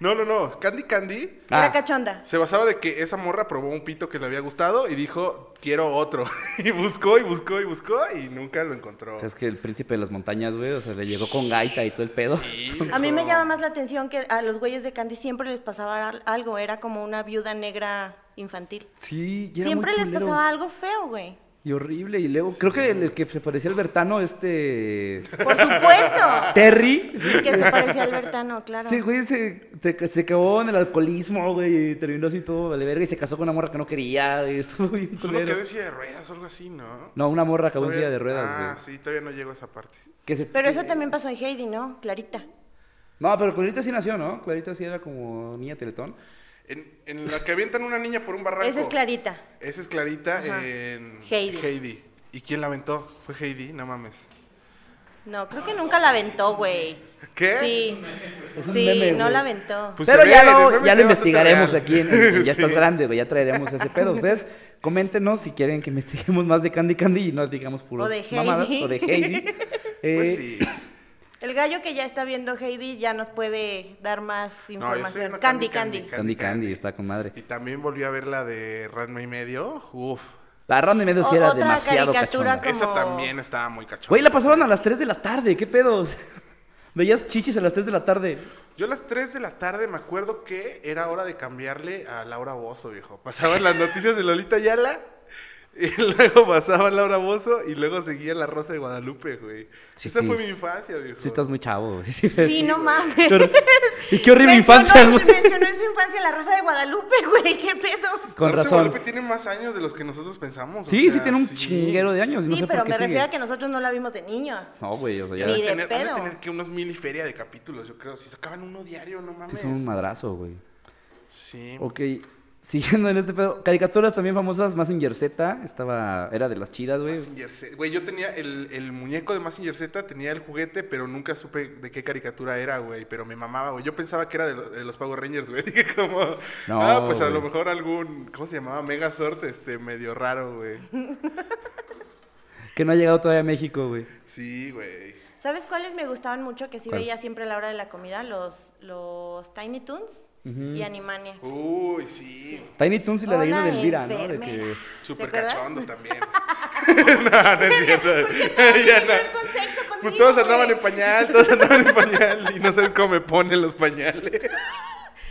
Speaker 8: No, no, no. Candy Candy
Speaker 6: Ah.
Speaker 7: Era cachonda.
Speaker 8: Se basaba de que esa morra probó un pito que le había gustado y dijo, quiero otro. *laughs* Y buscó y buscó y buscó y nunca lo encontró.
Speaker 6: O sea, es que el príncipe de las montañas, güey, o sea, le llegó con gaita y todo el pedo.
Speaker 8: Sí,
Speaker 7: A mí
Speaker 8: eso.
Speaker 7: me llama más la atención que a los güeyes de Candy siempre les pasaba al- algo. Era como una viuda negra infantil.
Speaker 6: *laughs* Sí, y era muy
Speaker 7: Siempre les
Speaker 6: culero.
Speaker 7: pasaba algo feo, güey.
Speaker 6: Y horrible, y luego creo que el, el que se parecía al Bertano, este...
Speaker 7: Por supuesto.
Speaker 6: *laughs* Terry.
Speaker 7: que se parecía a Albertano, claro.
Speaker 6: Sí, güey, se, te- se acabó en el alcoholismo, güey, y terminó así todo vale verga y se casó con una morra que no quería, güey, *laughs* estuvo bien
Speaker 8: Solo
Speaker 6: culero.
Speaker 8: quedó en silla de ruedas o algo así, ¿no?
Speaker 6: No, una morra acabó en
Speaker 8: Todavía-
Speaker 6: silla de ruedas, güey.
Speaker 8: Ah, sí, todavía no llego a esa parte.
Speaker 6: Que se-
Speaker 7: Pero eso
Speaker 6: que-
Speaker 7: también pasó en Heidi, ¿no? Clarita.
Speaker 6: No, pero Clarita sí nació, ¿no? Clarita sí era como niña teletón.
Speaker 8: En, en la que avientan una niña por un barranco.
Speaker 7: Esa es Clarita.
Speaker 8: Esa es Clarita
Speaker 7: Ajá.
Speaker 8: en
Speaker 7: Heidi.
Speaker 8: ¿Y quién la aventó? Fue Heidi, no mames.
Speaker 7: No, creo que nunca la aventó, güey.
Speaker 8: ¿Qué?
Speaker 7: Sí.
Speaker 6: Es un
Speaker 7: Sí,
Speaker 6: meme,
Speaker 7: no
Speaker 6: güey.
Speaker 7: la aventó.
Speaker 8: Pues
Speaker 6: pero
Speaker 8: se ve,
Speaker 6: ya
Speaker 8: en el
Speaker 6: lo,
Speaker 8: meme
Speaker 6: ya
Speaker 8: se ve bastante
Speaker 6: lo investigaremos
Speaker 8: real.
Speaker 6: aquí en,
Speaker 8: *laughs*
Speaker 6: en Ya
Speaker 8: Sí.
Speaker 6: Estás Grande, güey, ya traeremos
Speaker 8: *laughs*
Speaker 6: ese pedo. Ustedes coméntenos si quieren que investiguemos más de Candy Candy y no digamos puros
Speaker 7: O de Heidi.
Speaker 6: mamadas o de
Speaker 7: *laughs*
Speaker 6: Heidi. Eh,
Speaker 8: Pues sí.
Speaker 7: El gallo que ya está viendo Heidi ya nos puede dar más
Speaker 8: No, yo
Speaker 7: información.
Speaker 8: soy una
Speaker 7: Candy, Candy.
Speaker 6: Candy Candy está con madre.
Speaker 8: Y también volví a ver la de Ranma y medio. Uf.
Speaker 6: La Rami Medio sí
Speaker 7: O-
Speaker 6: era
Speaker 7: otra
Speaker 6: demasiado
Speaker 7: caricatura
Speaker 6: cachonda.
Speaker 8: Esa
Speaker 7: Como-
Speaker 8: también estaba muy cachona.
Speaker 6: Güey, la pasaban a las 3 de la tarde, ¿qué pedos? *laughs* Veías chichis a las 3 de la tarde.
Speaker 8: Yo a las 3 de la tarde me acuerdo que era hora de cambiarle a Laura Bozo, viejo. Pasaban las noticias de Lolita Ayala, y *laughs* luego pasaban Laura Bozo, y luego seguía La Rosa de Guadalupe, güey.
Speaker 6: Sí,
Speaker 8: Esa
Speaker 6: sí.
Speaker 8: fue mi infancia, viejo.
Speaker 6: Sí, estás muy chavo. *laughs* güey.
Speaker 7: Sí, no mames.
Speaker 6: Qué hor-
Speaker 7: *laughs*
Speaker 6: y qué horrible
Speaker 7: Mencionó-
Speaker 6: infancia, güey.
Speaker 7: Mencionó en su infancia la Rosa de Guadalupe, *laughs* güey. ¿Qué pedo?
Speaker 6: Con
Speaker 8: La Rosa de
Speaker 6: razón.
Speaker 8: Guadalupe tiene más años de los que nosotros pensamos. o
Speaker 6: Sí, sí,
Speaker 8: sea,
Speaker 6: tiene un
Speaker 8: sí.
Speaker 6: chinguero de años.
Speaker 7: Sí,
Speaker 6: no sé
Speaker 7: pero
Speaker 6: por qué
Speaker 7: me
Speaker 6: sigue.
Speaker 7: refiero a que nosotros no la vimos de niños.
Speaker 6: No, güey, o sea,
Speaker 8: Han de
Speaker 6: ya
Speaker 7: Ni de
Speaker 8: tener, han de
Speaker 7: pedo.
Speaker 8: tener que unos mil y feria de capítulos, yo creo. Si sacaban uno diario, no mames.
Speaker 6: sí es un madrazo, güey.
Speaker 8: Sí.
Speaker 6: Ok, siguiendo en este pedo. Caricaturas también famosas, Massinger Z, estaba, era de las chidas, güey.
Speaker 8: Mazinger Z. Güey, yo tenía el, el muñeco de Massinger Z, tenía el juguete, pero nunca supe de qué caricatura era, güey. Pero me mamaba, güey. Yo pensaba que era de, lo- de los Power Rangers, güey. *laughs* Dije como,
Speaker 6: No,
Speaker 8: ah, pues a
Speaker 6: güey.
Speaker 8: lo mejor algún, ¿cómo se llamaba? Megazord, este, medio raro, güey.
Speaker 6: Que no ha llegado todavía a México, güey.
Speaker 8: Sí, güey.
Speaker 7: ¿Sabes cuáles me gustaban mucho que sí
Speaker 6: ¿Cuál?
Speaker 7: veía siempre a la hora de la comida? Los, los Tiny Toons y Animania.
Speaker 8: Uy, sí.
Speaker 6: Tiny Toons y Uh, la
Speaker 7: Hola,
Speaker 6: leyenda de Elvira, ¿no? De que...
Speaker 7: enfermera. ¿Te
Speaker 8: Súper
Speaker 7: *laughs* acuerdas?
Speaker 8: cachondos también. *laughs* no, no es cierto. *laughs*
Speaker 7: ¿Por qué todo tiene
Speaker 8: Ya
Speaker 7: que
Speaker 8: no.
Speaker 7: ver con sexo, con
Speaker 8: Pues todos
Speaker 7: güey.
Speaker 8: andaban en pañal, todos andaban en pañal. Y no sabes cómo me ponen los pañales.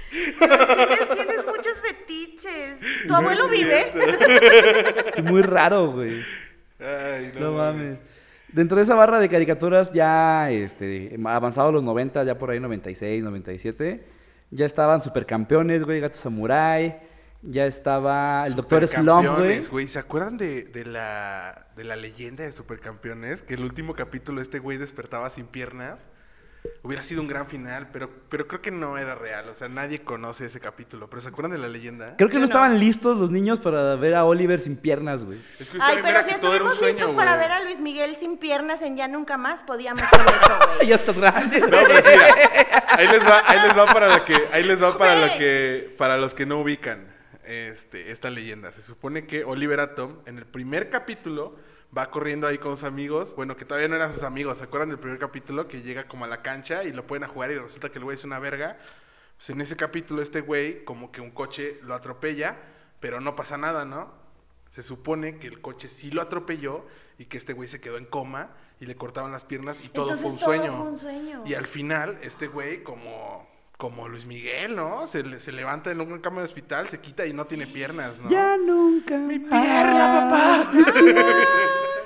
Speaker 7: Tienes, tienes muchos fetiches. ¿Tu abuelo vive?
Speaker 6: Muy raro, güey.
Speaker 8: Ay, no,
Speaker 6: No mames. Dentro de esa barra de caricaturas ya este, avanzados los 90, ya por ahí 96, 97, ya estaban Supercampeones, güey, Gato Samurai, ya estaba Ah, el Doctor Slump, güey.
Speaker 8: Supercampeones, ¿Se acuerdan de, de la, de la leyenda de Supercampeones? Que el último capítulo este güey despertaba sin piernas. Hubiera sido un gran final, pero, pero creo que no era real. O sea, nadie conoce ese capítulo. ¿Pero se acuerdan de la leyenda?
Speaker 6: Creo que no estaban listos los niños para ver a Oliver sin piernas, güey. *laughs*
Speaker 8: Es que
Speaker 7: Ay,
Speaker 8: también
Speaker 7: pero
Speaker 8: era
Speaker 7: si
Speaker 8: que todo era un
Speaker 7: estuvimos
Speaker 8: sueño,
Speaker 7: listos para
Speaker 8: güey.
Speaker 7: ver a Luis Miguel sin piernas en Ya Nunca Más, podíamos con eso, güey.
Speaker 6: Ya estás grande.
Speaker 8: No, pero sí, mira, ahí les va, ahí les va para la que, ahí les va para la que, para los que no ubican este, esta leyenda. Se supone que Oliver Atom en el primer capítulo va corriendo ahí con sus amigos, bueno, que todavía no eran sus amigos, ¿se acuerdan del primer capítulo? Que llega como a la cancha y lo pueden a jugar y resulta que el güey es una verga. Pues en ese capítulo este güey como que un coche lo atropella, pero no pasa nada, ¿no? Se supone que el coche sí lo atropelló y que este güey se quedó en coma y le cortaban las piernas y todo,
Speaker 7: Entonces,
Speaker 8: fue un,
Speaker 7: todo
Speaker 8: sueño.
Speaker 7: fue un sueño.
Speaker 8: Y al final, este güey, como, como Luis Miguel, ¿no? Se, le- se levanta en un cama de hospital, se quita y no tiene piernas, ¿no?
Speaker 6: Ya nunca. Ah. Mi
Speaker 8: pierna, papá!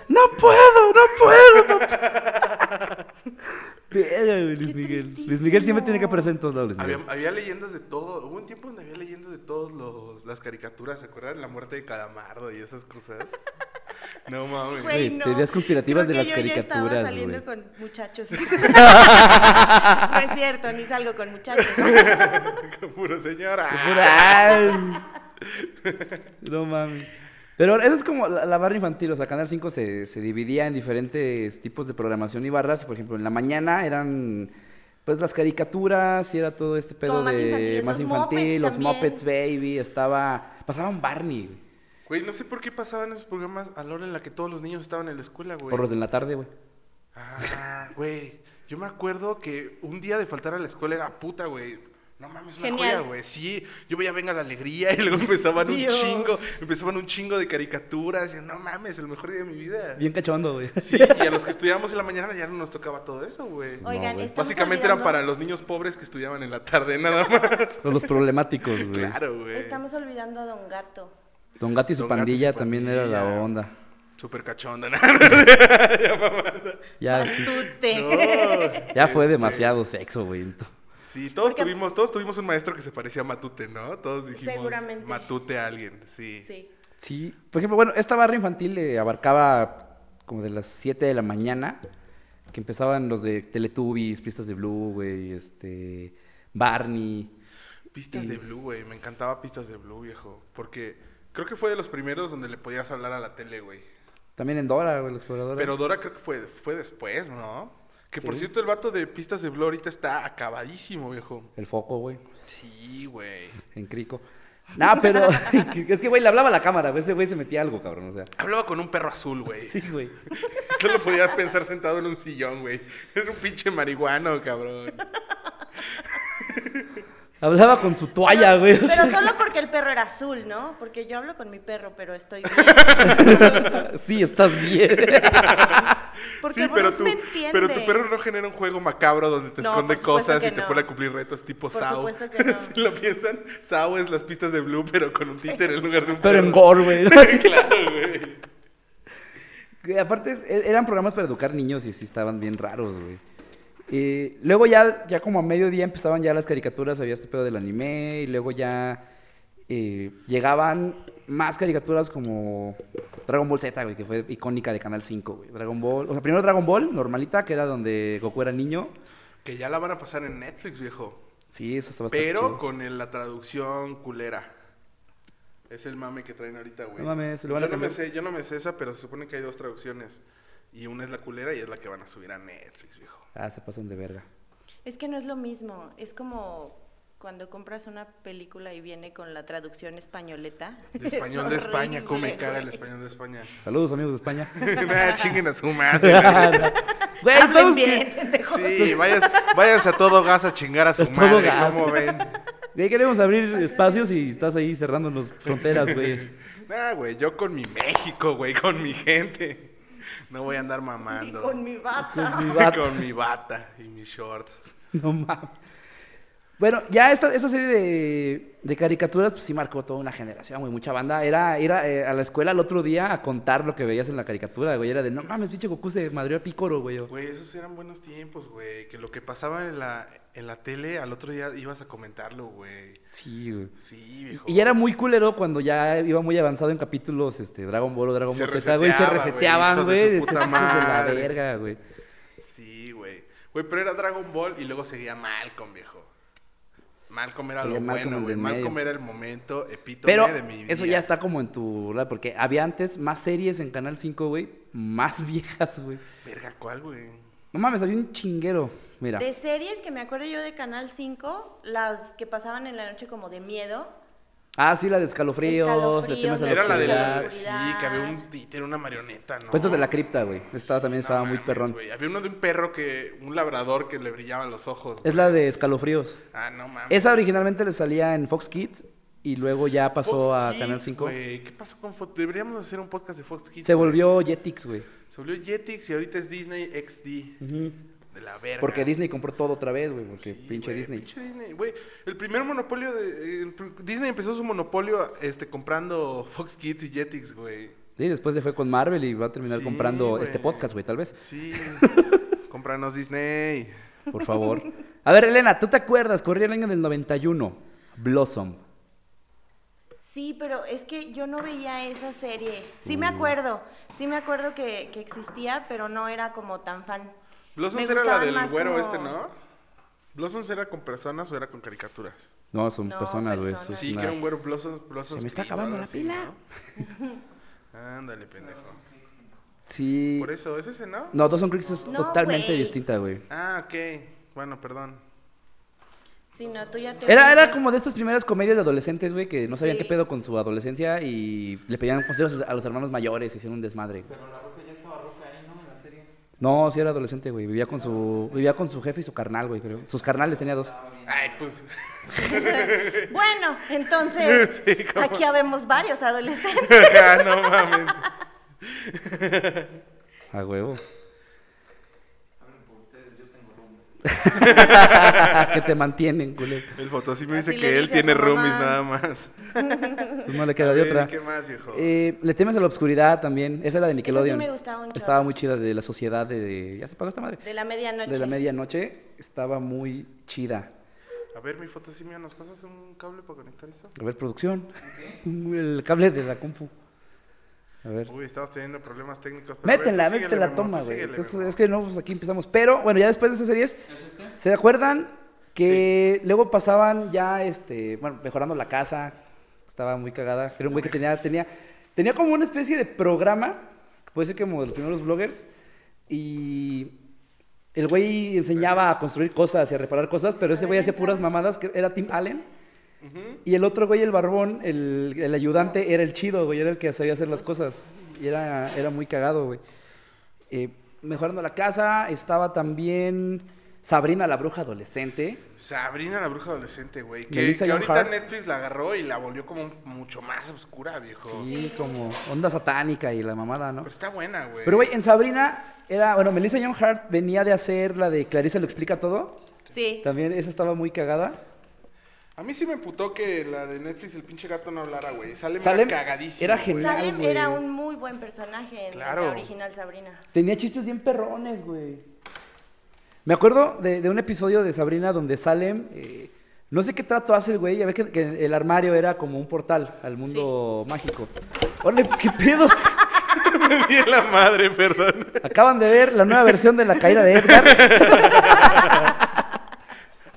Speaker 6: No puedo, no puedo, papá. Verga, güey, Luis Miguel. Luis Miguel siempre tiene que aparecer en todos lados, Luis
Speaker 8: Había,
Speaker 6: Miguel.
Speaker 8: había leyendas de todo. Hubo un tiempo donde había leyendas de todas las caricaturas, ¿se acuerdan? La muerte de Calamardo y esas cosas. no mames.
Speaker 7: Güey, no.
Speaker 6: teorías conspirativas
Speaker 7: Creo
Speaker 6: de
Speaker 7: que
Speaker 6: las
Speaker 7: yo ya estaba
Speaker 6: caricaturas,
Speaker 7: saliendo
Speaker 6: güey.
Speaker 7: con
Speaker 6: *laughs*
Speaker 7: muchachos. no es cierto, ni salgo con muchachos.
Speaker 8: *laughs*
Speaker 6: *laughs*
Speaker 8: Con puro señora.
Speaker 6: Ay. No mames. Pero eso es como la, la barra infantil, o sea, Canal 5 se, se dividía en diferentes tipos de programación y barras. Por ejemplo, en la mañana eran pues las caricaturas y era todo este pedo
Speaker 7: Como más
Speaker 6: de
Speaker 7: infantiles,
Speaker 6: más
Speaker 7: los
Speaker 6: infantil,
Speaker 7: Muppets
Speaker 6: los
Speaker 7: también.
Speaker 6: Muppets Baby, estaba, pasaba un Barney, güey,
Speaker 8: Güey, no sé por qué pasaban esos programas a la hora en la que todos los niños estaban en la escuela, güey.
Speaker 6: por los de la tarde, güey.
Speaker 8: Ah, güey. Yo me acuerdo que un día de faltar a la escuela era puta, güey. No mames, una
Speaker 7: Genial.
Speaker 8: joya, güey. Sí, yo veía Venga la Alegría y luego *laughs* empezaban un
Speaker 7: Dios.
Speaker 8: chingo, empezaban un chingo de caricaturas. Y yo, no mames, el mejor día de mi
Speaker 6: *laughs*
Speaker 8: vida.
Speaker 6: Bien cachondo, güey.
Speaker 8: Sí, y a los que estudiábamos en la mañana ya no nos tocaba todo eso, güey.
Speaker 6: No,
Speaker 7: Oigan,
Speaker 6: güey.
Speaker 7: estamos
Speaker 8: Básicamente eran
Speaker 7: olvidando-
Speaker 8: para los niños pobres que estudiaban en la tarde, *laughs* nada más.
Speaker 6: Son los problemáticos, güey.
Speaker 8: claro, güey.
Speaker 7: Estamos olvidando a Don Gato.
Speaker 6: Don Gato y su
Speaker 8: Don Gato y
Speaker 6: pandilla
Speaker 8: su
Speaker 6: también era la
Speaker 8: pandilla.
Speaker 6: onda.
Speaker 8: Súper *laughs* cachonda. ¿no?
Speaker 7: *laughs*
Speaker 6: Ya, sí,
Speaker 7: Astute.
Speaker 8: *laughs*
Speaker 6: ya fue
Speaker 8: Este,
Speaker 6: demasiado sexo, güey. Ento-
Speaker 8: Sí, todos
Speaker 7: Porque-
Speaker 8: tuvimos, todos tuvimos un maestro que se parecía a Matute, ¿no? Todos dijimos
Speaker 7: Seguramente.
Speaker 8: Matute a alguien, sí.
Speaker 7: Sí.
Speaker 6: Sí, por ejemplo, bueno, esta barra infantil eh, abarcaba como de las 7 de la mañana, que empezaban los de Teletubbies, Pistas de Blue, güey, este, Barney.
Speaker 8: Pistas de Blue, güey. Me encantaba Pistas de Blue, viejo. Porque creo que fue de los primeros donde le podías hablar a la tele, güey.
Speaker 6: También en Dora, güey, la exploradora.
Speaker 8: Pero Dora creo que fue, fue después, ¿no? Que por
Speaker 6: Sí.
Speaker 8: cierto, el vato de Pistas de Blue ahorita está acabadísimo, viejo.
Speaker 6: El foco, güey,
Speaker 8: Sí, güey.
Speaker 6: en *laughs* Crico. No, pero *laughs* es que, güey, le hablaba a la cámara, güey, ese güey se metía algo, cabrón, o sea.
Speaker 8: Hablaba con un perro azul, güey.
Speaker 6: Sí, güey.
Speaker 8: *laughs* Solo podía pensar sentado en un sillón, güey. Era un pinche marihuano, cabrón.
Speaker 6: Hablaba con su toalla, güey. o
Speaker 7: Pero
Speaker 6: sea.
Speaker 7: solo porque el perro era azul, ¿no? Porque yo hablo con mi perro,
Speaker 8: *laughs*
Speaker 7: pero estoy
Speaker 6: *laughs*
Speaker 7: bien.
Speaker 6: sí, estás bien.
Speaker 7: Porque
Speaker 8: sí, pero
Speaker 7: vos
Speaker 8: tú,
Speaker 7: me entiendes.
Speaker 8: pero tu perro no genera un juego macabro donde te
Speaker 7: No,
Speaker 8: esconde
Speaker 7: por supuesto
Speaker 8: cosas y
Speaker 7: que
Speaker 8: te
Speaker 7: no.
Speaker 8: pone a cumplir retos tipo
Speaker 7: Por
Speaker 8: Sao.
Speaker 7: supuesto
Speaker 8: *laughs*
Speaker 7: que no.
Speaker 8: si lo piensan, Sao es las pistas de Blue, pero con un títer en lugar de un
Speaker 6: Pero en
Speaker 8: perro.
Speaker 6: gore, güey.
Speaker 8: *laughs* claro, güey.
Speaker 6: Que aparte, e- eran programas para educar niños y sí estaban bien raros, güey. Y luego ya, ya como a mediodía empezaban ya las caricaturas, había este pedo del anime, y luego ya eh, llegaban más caricaturas como Dragon Ball Z, güey, que fue icónica de Canal 5, güey. Dragon Ball, o sea, primero Dragon Ball, normalita, que era donde Goku era niño.
Speaker 8: Que ya la van a pasar en Netflix, viejo.
Speaker 6: Sí, eso estaba bastante
Speaker 8: Pero
Speaker 6: chido.
Speaker 8: con el- la traducción culera. Es el mame que traen ahorita, güey.
Speaker 6: No mames, se lo van a
Speaker 8: yo no me
Speaker 6: cambiar.
Speaker 8: sé, Yo no me sé esa, pero se supone que hay dos traducciones. Y una es la culera y es la que van a subir a Netflix, viejo.
Speaker 6: Ah, se pasan de verga.
Speaker 7: Es que no es lo mismo. Es como cuando compras una película y viene con la traducción españoleta. *laughs*
Speaker 8: De español
Speaker 7: Es
Speaker 8: de España, cómo me
Speaker 7: horrible,
Speaker 8: caga el
Speaker 7: güey. *laughs*
Speaker 8: español de España.
Speaker 6: Saludos, amigos
Speaker 8: *laughs*
Speaker 6: de España. Ah,
Speaker 8: Nah, chinguen a su
Speaker 6: *laughs*
Speaker 8: madre.
Speaker 6: Güey,
Speaker 8: Ah,
Speaker 7: Hablen
Speaker 6: estamos
Speaker 7: bien,
Speaker 6: que-
Speaker 7: pendejos.
Speaker 8: Sí, váyanse, váyanse a todo gas a chingar a su
Speaker 6: A todo
Speaker 8: madre,
Speaker 6: gas.
Speaker 8: ¿cómo ven?
Speaker 6: güey, queremos abrir espacios y estás
Speaker 8: *laughs*
Speaker 6: ahí cerrándonos fronteras, güey.
Speaker 8: Nah, güey, yo con mi México, güey, con mi gente. No voy a andar
Speaker 7: Y
Speaker 8: mamando.
Speaker 7: *laughs* con mi bata.
Speaker 6: Mi vato.
Speaker 8: Con mi bata y mis shorts.
Speaker 6: No mames. Bueno, ya esta, esta serie de, de caricaturas pues, sí marcó toda una generación, güey, mucha banda. Era ir a, eh, a la escuela el otro día a contar lo que veías en la caricatura, güey. Era de, no mames, pinche Goku se madrió a Picoro, güey. o-
Speaker 8: Güey, esos eran buenos tiempos, güey. Que lo que pasaba en la, en la tele, al otro día ibas a comentarlo, güey.
Speaker 6: Sí, güey.
Speaker 8: Sí, viejo.
Speaker 6: Y era muy culero cuando ya iba muy avanzado en capítulos este, Dragon Ball o Dragon
Speaker 8: Se
Speaker 6: Ball Z, güey. y Se
Speaker 8: reseteaba,
Speaker 6: reseteaban,
Speaker 8: güey, hijo
Speaker 6: güey.
Speaker 8: de
Speaker 6: decías,
Speaker 8: su
Speaker 6: "Hijos
Speaker 8: puta
Speaker 6: de la
Speaker 8: madre".
Speaker 6: verga, güey.
Speaker 8: Sí, güey. Güey, pero era Dragon Ball y luego seguía Malcolm, viejo. Malcolm era
Speaker 6: Seguía
Speaker 8: lo
Speaker 6: Malcolm, el
Speaker 8: bueno, güey.
Speaker 6: del
Speaker 8: Malcolm
Speaker 6: medio.
Speaker 8: era el momento epítome
Speaker 6: Pero
Speaker 8: de mi vida.
Speaker 6: eso ya está como en tu... ¿verdad? Porque había antes más series en Canal 5, güey. Más *laughs* viejas, güey.
Speaker 8: Verga, ¿cuál, güey?
Speaker 6: No mames, había un chinguero. Mira.
Speaker 7: De series que me acuerdo yo de Canal 5, las que pasaban en la noche como de miedo.
Speaker 6: Ah, sí, la de escalofríos, le
Speaker 7: Escalofríos,
Speaker 6: temes a la
Speaker 8: Era la de
Speaker 6: oscuridad.
Speaker 8: la...
Speaker 7: Oscuridad.
Speaker 8: Sí, que había un títer, una marioneta, ¿no?
Speaker 6: Cuentos de la cripta, güey. Esta también estaba
Speaker 8: No
Speaker 6: muy
Speaker 8: mames,
Speaker 6: perrón.
Speaker 8: güey. Había uno de un perro que... Un labrador que le brillaban los ojos.
Speaker 6: Es la de escalofríos.
Speaker 8: Ah, no mames.
Speaker 6: Esa originalmente le salía en Fox Kids y luego ya
Speaker 8: Fox
Speaker 6: pasó a
Speaker 8: Kids,
Speaker 6: Canal 5.
Speaker 8: güey. ¿Qué pasó con Fox? Deberíamos hacer un podcast de Fox Kids.
Speaker 6: Se
Speaker 8: güey.
Speaker 6: volvió Jetix, güey.
Speaker 8: Se volvió Jetix y ahorita es Disney XD. De la verga.
Speaker 6: Porque Disney compró todo otra vez, güey. Porque
Speaker 8: Sí,
Speaker 6: pinche
Speaker 8: güey,
Speaker 6: Disney.
Speaker 8: Pinche Disney, güey. El primer monopolio de. el pr- Disney empezó su monopolio este, comprando Fox Kids y Jetix, güey.
Speaker 6: Sí, después se fue con Marvel y va a terminar
Speaker 8: Sí,
Speaker 6: comprando
Speaker 8: güey.
Speaker 6: este podcast, güey, tal vez. *laughs*
Speaker 8: Sí. Compranos Disney.
Speaker 6: Por favor. a ver, Elena, ¿tú te acuerdas? Corría el año del 91. Blossom.
Speaker 7: Sí, pero es que yo no veía esa serie. Sí me acuerdo, sí me acuerdo que, que existía, pero no era como tan fan.
Speaker 8: Blossoms
Speaker 7: Me
Speaker 8: era la
Speaker 7: gustaban
Speaker 8: del
Speaker 7: más
Speaker 8: güero
Speaker 7: como-
Speaker 8: este, ¿no? Blossoms era con personas o era con caricaturas.
Speaker 6: No, son
Speaker 7: No,
Speaker 6: personas, güey.
Speaker 7: personas.
Speaker 6: es
Speaker 8: Sí,
Speaker 6: Pues una-
Speaker 8: que era un güero Blossoms. Blossoms
Speaker 6: Se me está
Speaker 8: Kid,
Speaker 6: acabando
Speaker 8: algo
Speaker 6: la
Speaker 8: así,
Speaker 6: pila.
Speaker 8: ¿no? Ándale, pendejo.
Speaker 6: Sí.
Speaker 8: Por eso, ¿es ese, no?
Speaker 6: No, Dawson Creek es
Speaker 7: No,
Speaker 6: totalmente
Speaker 7: güey.
Speaker 6: distinta, güey.
Speaker 8: Ah, ok. Bueno, perdón.
Speaker 7: Sí, no, tú ya te
Speaker 6: Era, era como de estas primeras comedias de adolescentes, güey, que no sabían
Speaker 7: Sí.
Speaker 6: qué pedo con su adolescencia y le pedían consejos a los hermanos mayores, hicieron un desmadre. Pero la ya estaba roca ahí, ¿no? En la serie. No, sí era adolescente, güey. Vivía con su, vivía con su jefe y su carnal, güey, creo. Sus carnales tenía dos.
Speaker 8: Ay,
Speaker 6: *laughs*
Speaker 8: pues. *laughs*
Speaker 7: *laughs* Bueno, entonces
Speaker 8: Sí, como-
Speaker 7: aquí habemos varios adolescentes.
Speaker 8: ah, no mames.
Speaker 6: A huevo. *laughs* que te mantienen, güey.
Speaker 8: El fotosí me
Speaker 7: Así
Speaker 8: dice
Speaker 7: le
Speaker 8: que él
Speaker 7: dice a
Speaker 8: tiene
Speaker 7: su
Speaker 8: roomies
Speaker 7: mamá.
Speaker 8: nada más.
Speaker 6: Pues No le queda de
Speaker 8: A ver,
Speaker 6: otra.
Speaker 8: ¿Qué más, viejo?
Speaker 6: Eh, le temes a la obscuridad también. Esa era de Nickelodeon.
Speaker 7: me gustaba un chorro.
Speaker 6: Estaba muy chida de la sociedad de. ¿Ya se pagó esta madre?
Speaker 7: De la medianoche.
Speaker 6: De la medianoche. Estaba muy chida.
Speaker 8: A ver, mi fotosimia, ¿nos pasas un cable para conectar eso?
Speaker 6: A ver, producción. *laughs* El cable de la compu. A ver.
Speaker 8: Uy, estamos teniendo problemas técnicos. pero a ver, tú
Speaker 6: Métela,
Speaker 8: síguele,
Speaker 6: métela,
Speaker 8: Memo, tú
Speaker 6: toma, güey.
Speaker 8: síguele,
Speaker 6: Entonces,
Speaker 8: Memo.
Speaker 6: es que no, pues aquí empezamos. Pero bueno, ya después de esas series, ¿se acuerdan que luego pasaban ya, este, bueno, mejorando la casa? Estaba muy cagada. Era un güey que tenía, tenía, tenía como una especie de programa, que puede ser como de los primeros bloggers, y el güey enseñaba a construir cosas y a reparar cosas, pero ese güey hacía puras mamadas, que era Tim Allen. Y el otro güey, el barbón, el, el ayudante, era el chido, güey, era el que sabía hacer las cosas. Y era, era muy cagado, güey. Eh, mejorando la casa, estaba también Sabrina la bruja adolescente.
Speaker 8: Sabrina la bruja adolescente, güey. Que,
Speaker 6: Melissa
Speaker 8: que
Speaker 6: Joan
Speaker 8: ahorita
Speaker 6: Hart.
Speaker 8: Netflix la agarró y la volvió como mucho más oscura, viejo.
Speaker 6: Sí, como onda satánica y la mamada, ¿no?
Speaker 8: Pero está buena, güey.
Speaker 6: Pero, güey, en Sabrina era, bueno, Melissa John Hart venía de hacer la de Clarissa lo explica todo.
Speaker 7: Sí.
Speaker 6: También esa estaba muy cagada.
Speaker 8: A mí sí me emputó que la de Netflix, el pinche gato no hablara, güey. Salem,
Speaker 6: Salem
Speaker 8: era cagadísimo.
Speaker 6: era
Speaker 8: *laughs* güey.
Speaker 6: genial.
Speaker 7: Salem
Speaker 6: güey.
Speaker 7: era un muy buen personaje en
Speaker 8: Claro.
Speaker 7: la original Sabrina.
Speaker 6: Tenía chistes bien perrones, güey. Me acuerdo de, de un episodio de Sabrina donde Salem, eh, no sé qué trato hace el güey, ya ves que, que el armario era como un portal al mundo mágico. ¡Ole, qué pedo! *laughs*
Speaker 8: Me di en la madre, perdón.
Speaker 6: Acaban de ver la nueva versión de La Caída de Edgar.
Speaker 8: A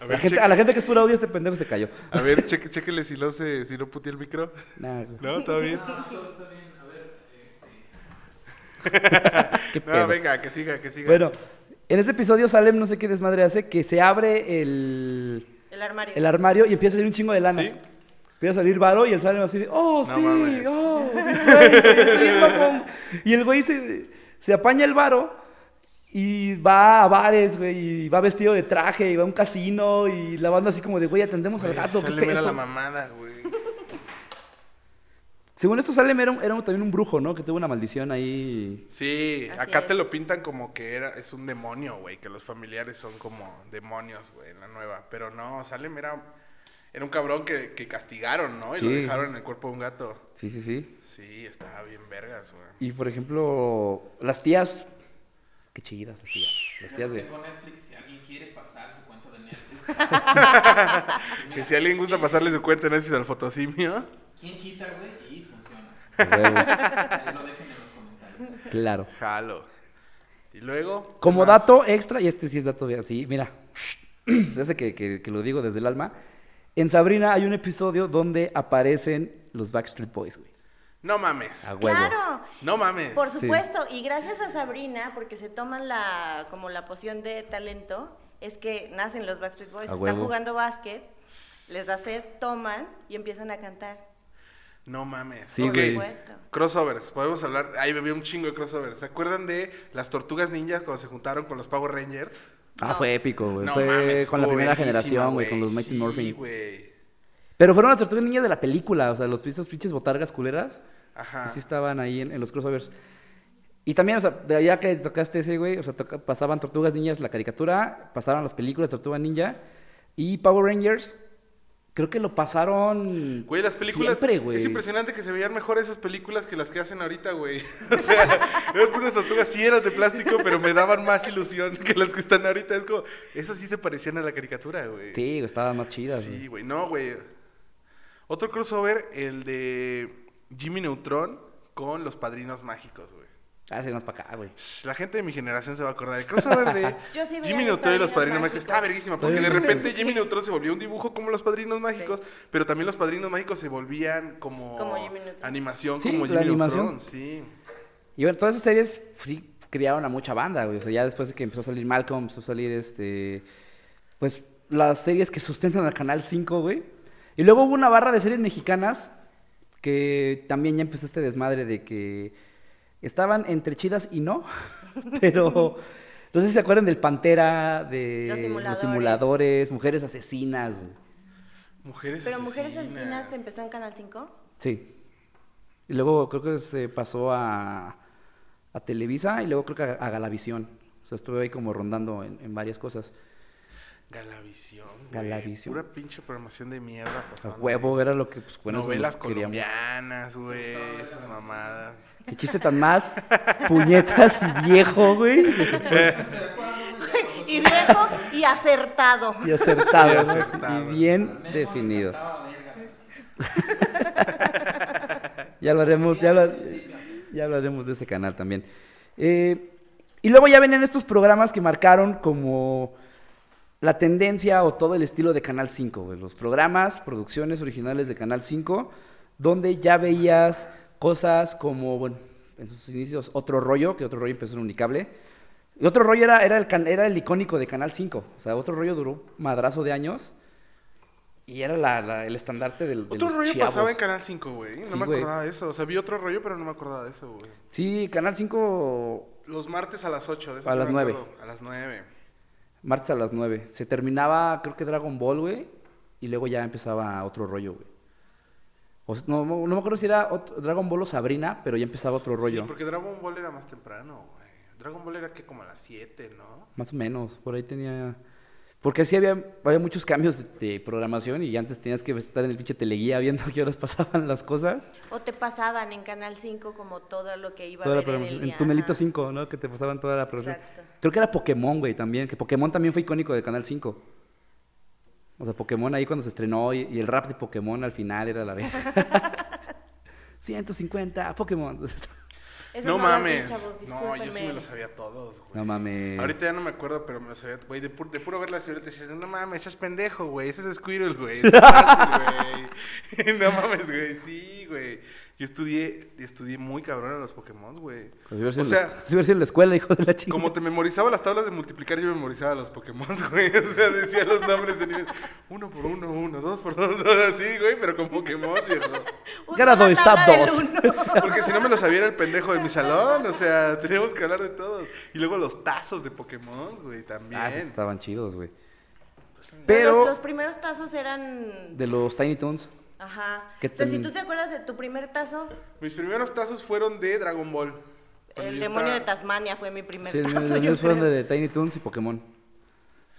Speaker 6: La
Speaker 8: ver,
Speaker 6: gente-
Speaker 8: cheque-
Speaker 6: a la gente que es pura audio, este pendejo se cayó.
Speaker 8: a ver cheque- chéquele si no, se, si no puteé el
Speaker 6: *laughs*
Speaker 8: micro.
Speaker 6: Nah, güey.
Speaker 8: No, todo bien.
Speaker 6: Qué
Speaker 8: No,
Speaker 6: pedo.
Speaker 8: venga, que siga, que siga.
Speaker 6: Bueno, en ese episodio Salem no sé qué desmadre hace, que se abre el,
Speaker 7: El armario.
Speaker 6: el armario y empieza a salir un chingo de lana.
Speaker 8: Sí.
Speaker 6: Empieza a salir varo y el Salem así de, oh,
Speaker 8: No
Speaker 6: sí,
Speaker 8: mames.
Speaker 6: oh, mi sueño, soy bien mamón". Y el güey se, se apaña el varo y va a bares, güey, y va vestido de traje y va a un casino y la banda así como de, güey, atendemos al gato. qué
Speaker 8: Salem era
Speaker 6: pedo".
Speaker 8: la mamada, güey.
Speaker 6: Según esto, Salem era, un- era un- también un brujo, ¿no? Que tuvo una maldición ahí.
Speaker 8: Sí,
Speaker 7: Así
Speaker 8: acá te
Speaker 7: es.
Speaker 8: lo pintan como que era, es un demonio, güey, que los familiares son como demonios, güey, en la nueva. Pero no, Salem era, era un cabrón que, que castigaron, ¿no? Y lo
Speaker 6: Sí.
Speaker 8: dejaron en el cuerpo de un gato.
Speaker 6: Sí, sí, sí.
Speaker 8: Sí, estaba bien vergas, güey.
Speaker 6: Y por ejemplo, las tías. Qué chidas las tías. Las tías de.
Speaker 9: Tengo Netflix, si alguien quiere pasar su cuenta de Netflix.
Speaker 8: Que si alguien gusta pasarle su cuenta en Netflix al fotosimio. *laughs*
Speaker 9: ¿Quién quita, güey? Y funciona.
Speaker 6: huevo,
Speaker 9: Ahí lo dejen en los comentarios.
Speaker 6: Claro.
Speaker 8: Jalo. Y luego. ¿qué
Speaker 6: Como
Speaker 8: más?
Speaker 6: dato extra, y este sí es dato de así, mira, *clears throat* desde que, que- que lo digo desde el alma, en Sabrina hay un episodio donde aparecen los Backstreet Boys, güey.
Speaker 8: No mames.
Speaker 6: A huevo.
Speaker 7: Claro.
Speaker 8: No mames.
Speaker 7: Por
Speaker 6: Sí.
Speaker 7: supuesto, y gracias a Sabrina, porque se toman la, como la poción de talento, es que nacen los Backstreet Boys,
Speaker 6: A
Speaker 7: están
Speaker 6: huevo.
Speaker 7: jugando básquet, les da sed, toman y empiezan a cantar.
Speaker 8: No mames.
Speaker 6: Sí,
Speaker 8: Ok,
Speaker 6: güey.
Speaker 7: Por supuesto.
Speaker 8: Crossovers, podemos hablar. Ahí bebí un chingo de crossovers. ¿Se acuerdan de las tortugas ninjas cuando se juntaron con los Power Rangers?
Speaker 6: Ah, fue épico, güey.
Speaker 8: No
Speaker 6: fue
Speaker 8: mames,
Speaker 6: con la
Speaker 8: estuvo
Speaker 6: primera
Speaker 8: verguísima,
Speaker 6: generación, güey, con los Mighty
Speaker 8: Sí,
Speaker 6: Morphin.
Speaker 8: güey.
Speaker 6: Pero fueron las tortugas niñas de la película, o sea, los esos pinches botargas culeras.
Speaker 8: Ajá.
Speaker 6: que sí estaban ahí en, en los crossovers. Y también, o sea, de allá que tocaste ese, güey, o sea, toca- pasaban Tortugas Ninjas la caricatura, pasaban las películas Tortuga Ninja y Power Rangers, creo que lo pasaron
Speaker 8: Güey, las películas.
Speaker 6: siempre, güey.
Speaker 8: Es impresionante que se veían mejor esas películas que las que hacen ahorita, güey. *laughs* O sea, esas putas tortugas sí eran de plástico, pero me daban más ilusión que las que están ahorita. Es como, esas sí se parecían a la caricatura, güey.
Speaker 6: Sí, güey, estaban más chidas.
Speaker 8: Sí,
Speaker 6: güey.
Speaker 8: güey. No, güey. Otro crossover, el de Jimmy Neutron con los padrinos mágicos, güey.
Speaker 6: Ah, sí, más para acá, güey.
Speaker 8: Shh, La gente de mi generación se va a acordar. El crossover de
Speaker 7: *laughs* Yo sí veía
Speaker 8: Jimmy
Speaker 7: Los
Speaker 8: Neutron y los
Speaker 7: Padrinos
Speaker 8: Padrinos Mágicos
Speaker 7: Mágicos.
Speaker 8: estaba verguísima, porque de repente Jimmy Neutron se volvió un dibujo como los Padrinos Mágicos, pero también los Padrinos Mágicos se volvían como,
Speaker 7: Como Jimmy Neutron.
Speaker 8: animación,
Speaker 6: Sí,
Speaker 8: como
Speaker 6: la
Speaker 8: Jimmy
Speaker 6: animación.
Speaker 8: Neutron, sí.
Speaker 6: Y bueno, todas esas series pues, sí criaron a mucha banda, güey. O sea, ya después de que empezó a salir Malcolm, empezó a salir este. Pues las series que sustentan al Canal 5, güey. Y luego hubo una barra de series mexicanas que también ya empezó este desmadre de que estaban entre chidas y no. *laughs* Pero no sé si se acuerdan del Pantera, de
Speaker 7: Los Simuladores.
Speaker 6: Simuladores, Mujeres Asesinas. güey.
Speaker 8: Mujeres
Speaker 7: Pero
Speaker 8: asesinas.
Speaker 7: Mujeres Asesinas empezó en Canal 5.
Speaker 6: Sí. Y luego creo que se pasó a, a Televisa y luego creo que a, a Galavisión. O sea, estuve ahí como rondando en, en varias cosas.
Speaker 8: Galavisión. güey.
Speaker 6: Galavisión.
Speaker 8: Pura pinche programación de mierda.
Speaker 6: O sea,
Speaker 8: pasando.
Speaker 6: huevo era lo que, pues, bueno,
Speaker 8: Ah, Novelas
Speaker 6: nos queríamos.
Speaker 8: colombianas, güey,
Speaker 7: Pues
Speaker 8: esas mamadas.
Speaker 6: Qué chiste tan más puñetas y viejo, güey.
Speaker 7: *laughs*
Speaker 8: *laughs*
Speaker 7: Y luego, y acertado.
Speaker 6: Y acertado,
Speaker 8: Y
Speaker 6: ¿no?
Speaker 8: acertado.
Speaker 6: Y bien definido. *laughs* ya hablaremos, ya, habla- ya hablaremos de ese canal también. Eh, y luego ya venían estos programas que marcaron como la tendencia o todo el estilo de Canal 5, güey, los programas, producciones originales de Canal 5, donde ya veías cosas como, bueno, en sus inicios, otro rollo, que otro rollo empezó en Unicable. Y otro rollo era, era, el, can- era el icónico de Canal 5. O sea, otro rollo duró madrazo de años. Y era la- la- el estandarte del. de
Speaker 8: Otro
Speaker 6: los
Speaker 8: rollo
Speaker 6: chavos.
Speaker 8: pasaba en Canal 5, güey. No
Speaker 6: Sí,
Speaker 8: me
Speaker 6: güey.
Speaker 8: acordaba de eso. O sea, vi otro rollo, pero no me acordaba de eso, güey.
Speaker 6: Sí, Canal 5
Speaker 8: Los martes a las 8. De eso
Speaker 6: A
Speaker 8: sí
Speaker 6: las
Speaker 8: me
Speaker 6: nueve.
Speaker 8: acuerdo. A las 9.
Speaker 6: martes a las 9. Se terminaba, creo que Dragon Ball, güey. Y luego ya empezaba otro rollo, güey. O sea, no, no- no me acuerdo si era otro- Dragon Ball o Sabrina, pero ya empezaba otro rollo.
Speaker 8: Sí, porque Dragon Ball era más temprano, güey. Dragon Ball era que como a las 7, ¿no?
Speaker 6: Más o menos, por ahí tenía... Porque sí había, había muchos cambios de, de programación y antes tenías que estar en el pinche teleguía viendo *laughs* a qué horas pasaban las cosas.
Speaker 7: O te pasaban en Canal 5 como todo lo que iba
Speaker 6: Toda
Speaker 7: a
Speaker 6: la
Speaker 7: ver en el
Speaker 6: programación.
Speaker 7: día.
Speaker 6: En Tunelito
Speaker 7: Ajá.
Speaker 6: 5, ¿no? Que te pasaban toda la programación.
Speaker 7: Exacto.
Speaker 6: Creo que era Pokémon, güey, también. Que Pokémon también fue icónico de Canal 5. O sea, Pokémon ahí cuando se estrenó y, y el rap de Pokémon al final era la verga.
Speaker 7: *laughs*
Speaker 6: 150 Pokémon. *laughs*
Speaker 7: Esas
Speaker 8: No
Speaker 7: las vi,
Speaker 8: mames.
Speaker 7: chavos,
Speaker 8: no, yo sí
Speaker 7: discúlpenme.
Speaker 8: me los sabía todos, güey.
Speaker 6: no mames.
Speaker 8: Ahorita ya no me acuerdo, pero me lo sabía, güey, de, pu- de puro ver la serie te decían, no mames, ese es pendejo, güey, ese es Squirrel, güey, ese es fácil, güey. *laughs* no mames, güey, sí, güey. Yo estudié, estudié muy cabrón a los Pokémon, güey.
Speaker 6: Pues, hubiera sido
Speaker 8: O
Speaker 6: en la
Speaker 8: sea,
Speaker 6: esc- si hubiera sido en la escuela, hijo de la chica.
Speaker 8: como te memorizaba las tablas de multiplicar, yo memorizaba los Pokémon, *laughs* güey. O sea, decía los nombres de nivel. Uno por uno, uno, dos por dos, dos, así, güey, pero con Pokémon, viejo.
Speaker 7: Usa la
Speaker 6: Grado de
Speaker 7: tabla
Speaker 6: SAP
Speaker 7: del
Speaker 6: 2.
Speaker 7: uno.
Speaker 8: Porque si no me lo sabía era el pendejo de mi salón, o sea, teníamos que hablar de todo. Y luego los tazos de Pokémon, güey, también.
Speaker 6: Ah, esos estaban chidos, güey.
Speaker 7: Los,
Speaker 6: *laughs* Pero
Speaker 7: los primeros tazos eran
Speaker 6: de los Tiny Toons.
Speaker 7: Ajá.
Speaker 6: ¿Qué
Speaker 7: O sea, si
Speaker 6: tan-
Speaker 7: tú te acuerdas de tu primer tazo,
Speaker 8: Mis primeros tazos fueron de Dragon Ball. Cuando
Speaker 7: el
Speaker 8: yo
Speaker 7: demonio de
Speaker 8: estaba-
Speaker 7: Tasmania fue mi primer
Speaker 6: Sí,
Speaker 7: tazo.
Speaker 6: los
Speaker 7: yo
Speaker 6: míos fueron
Speaker 7: creo.
Speaker 6: de Tiny Toons y Pokémon.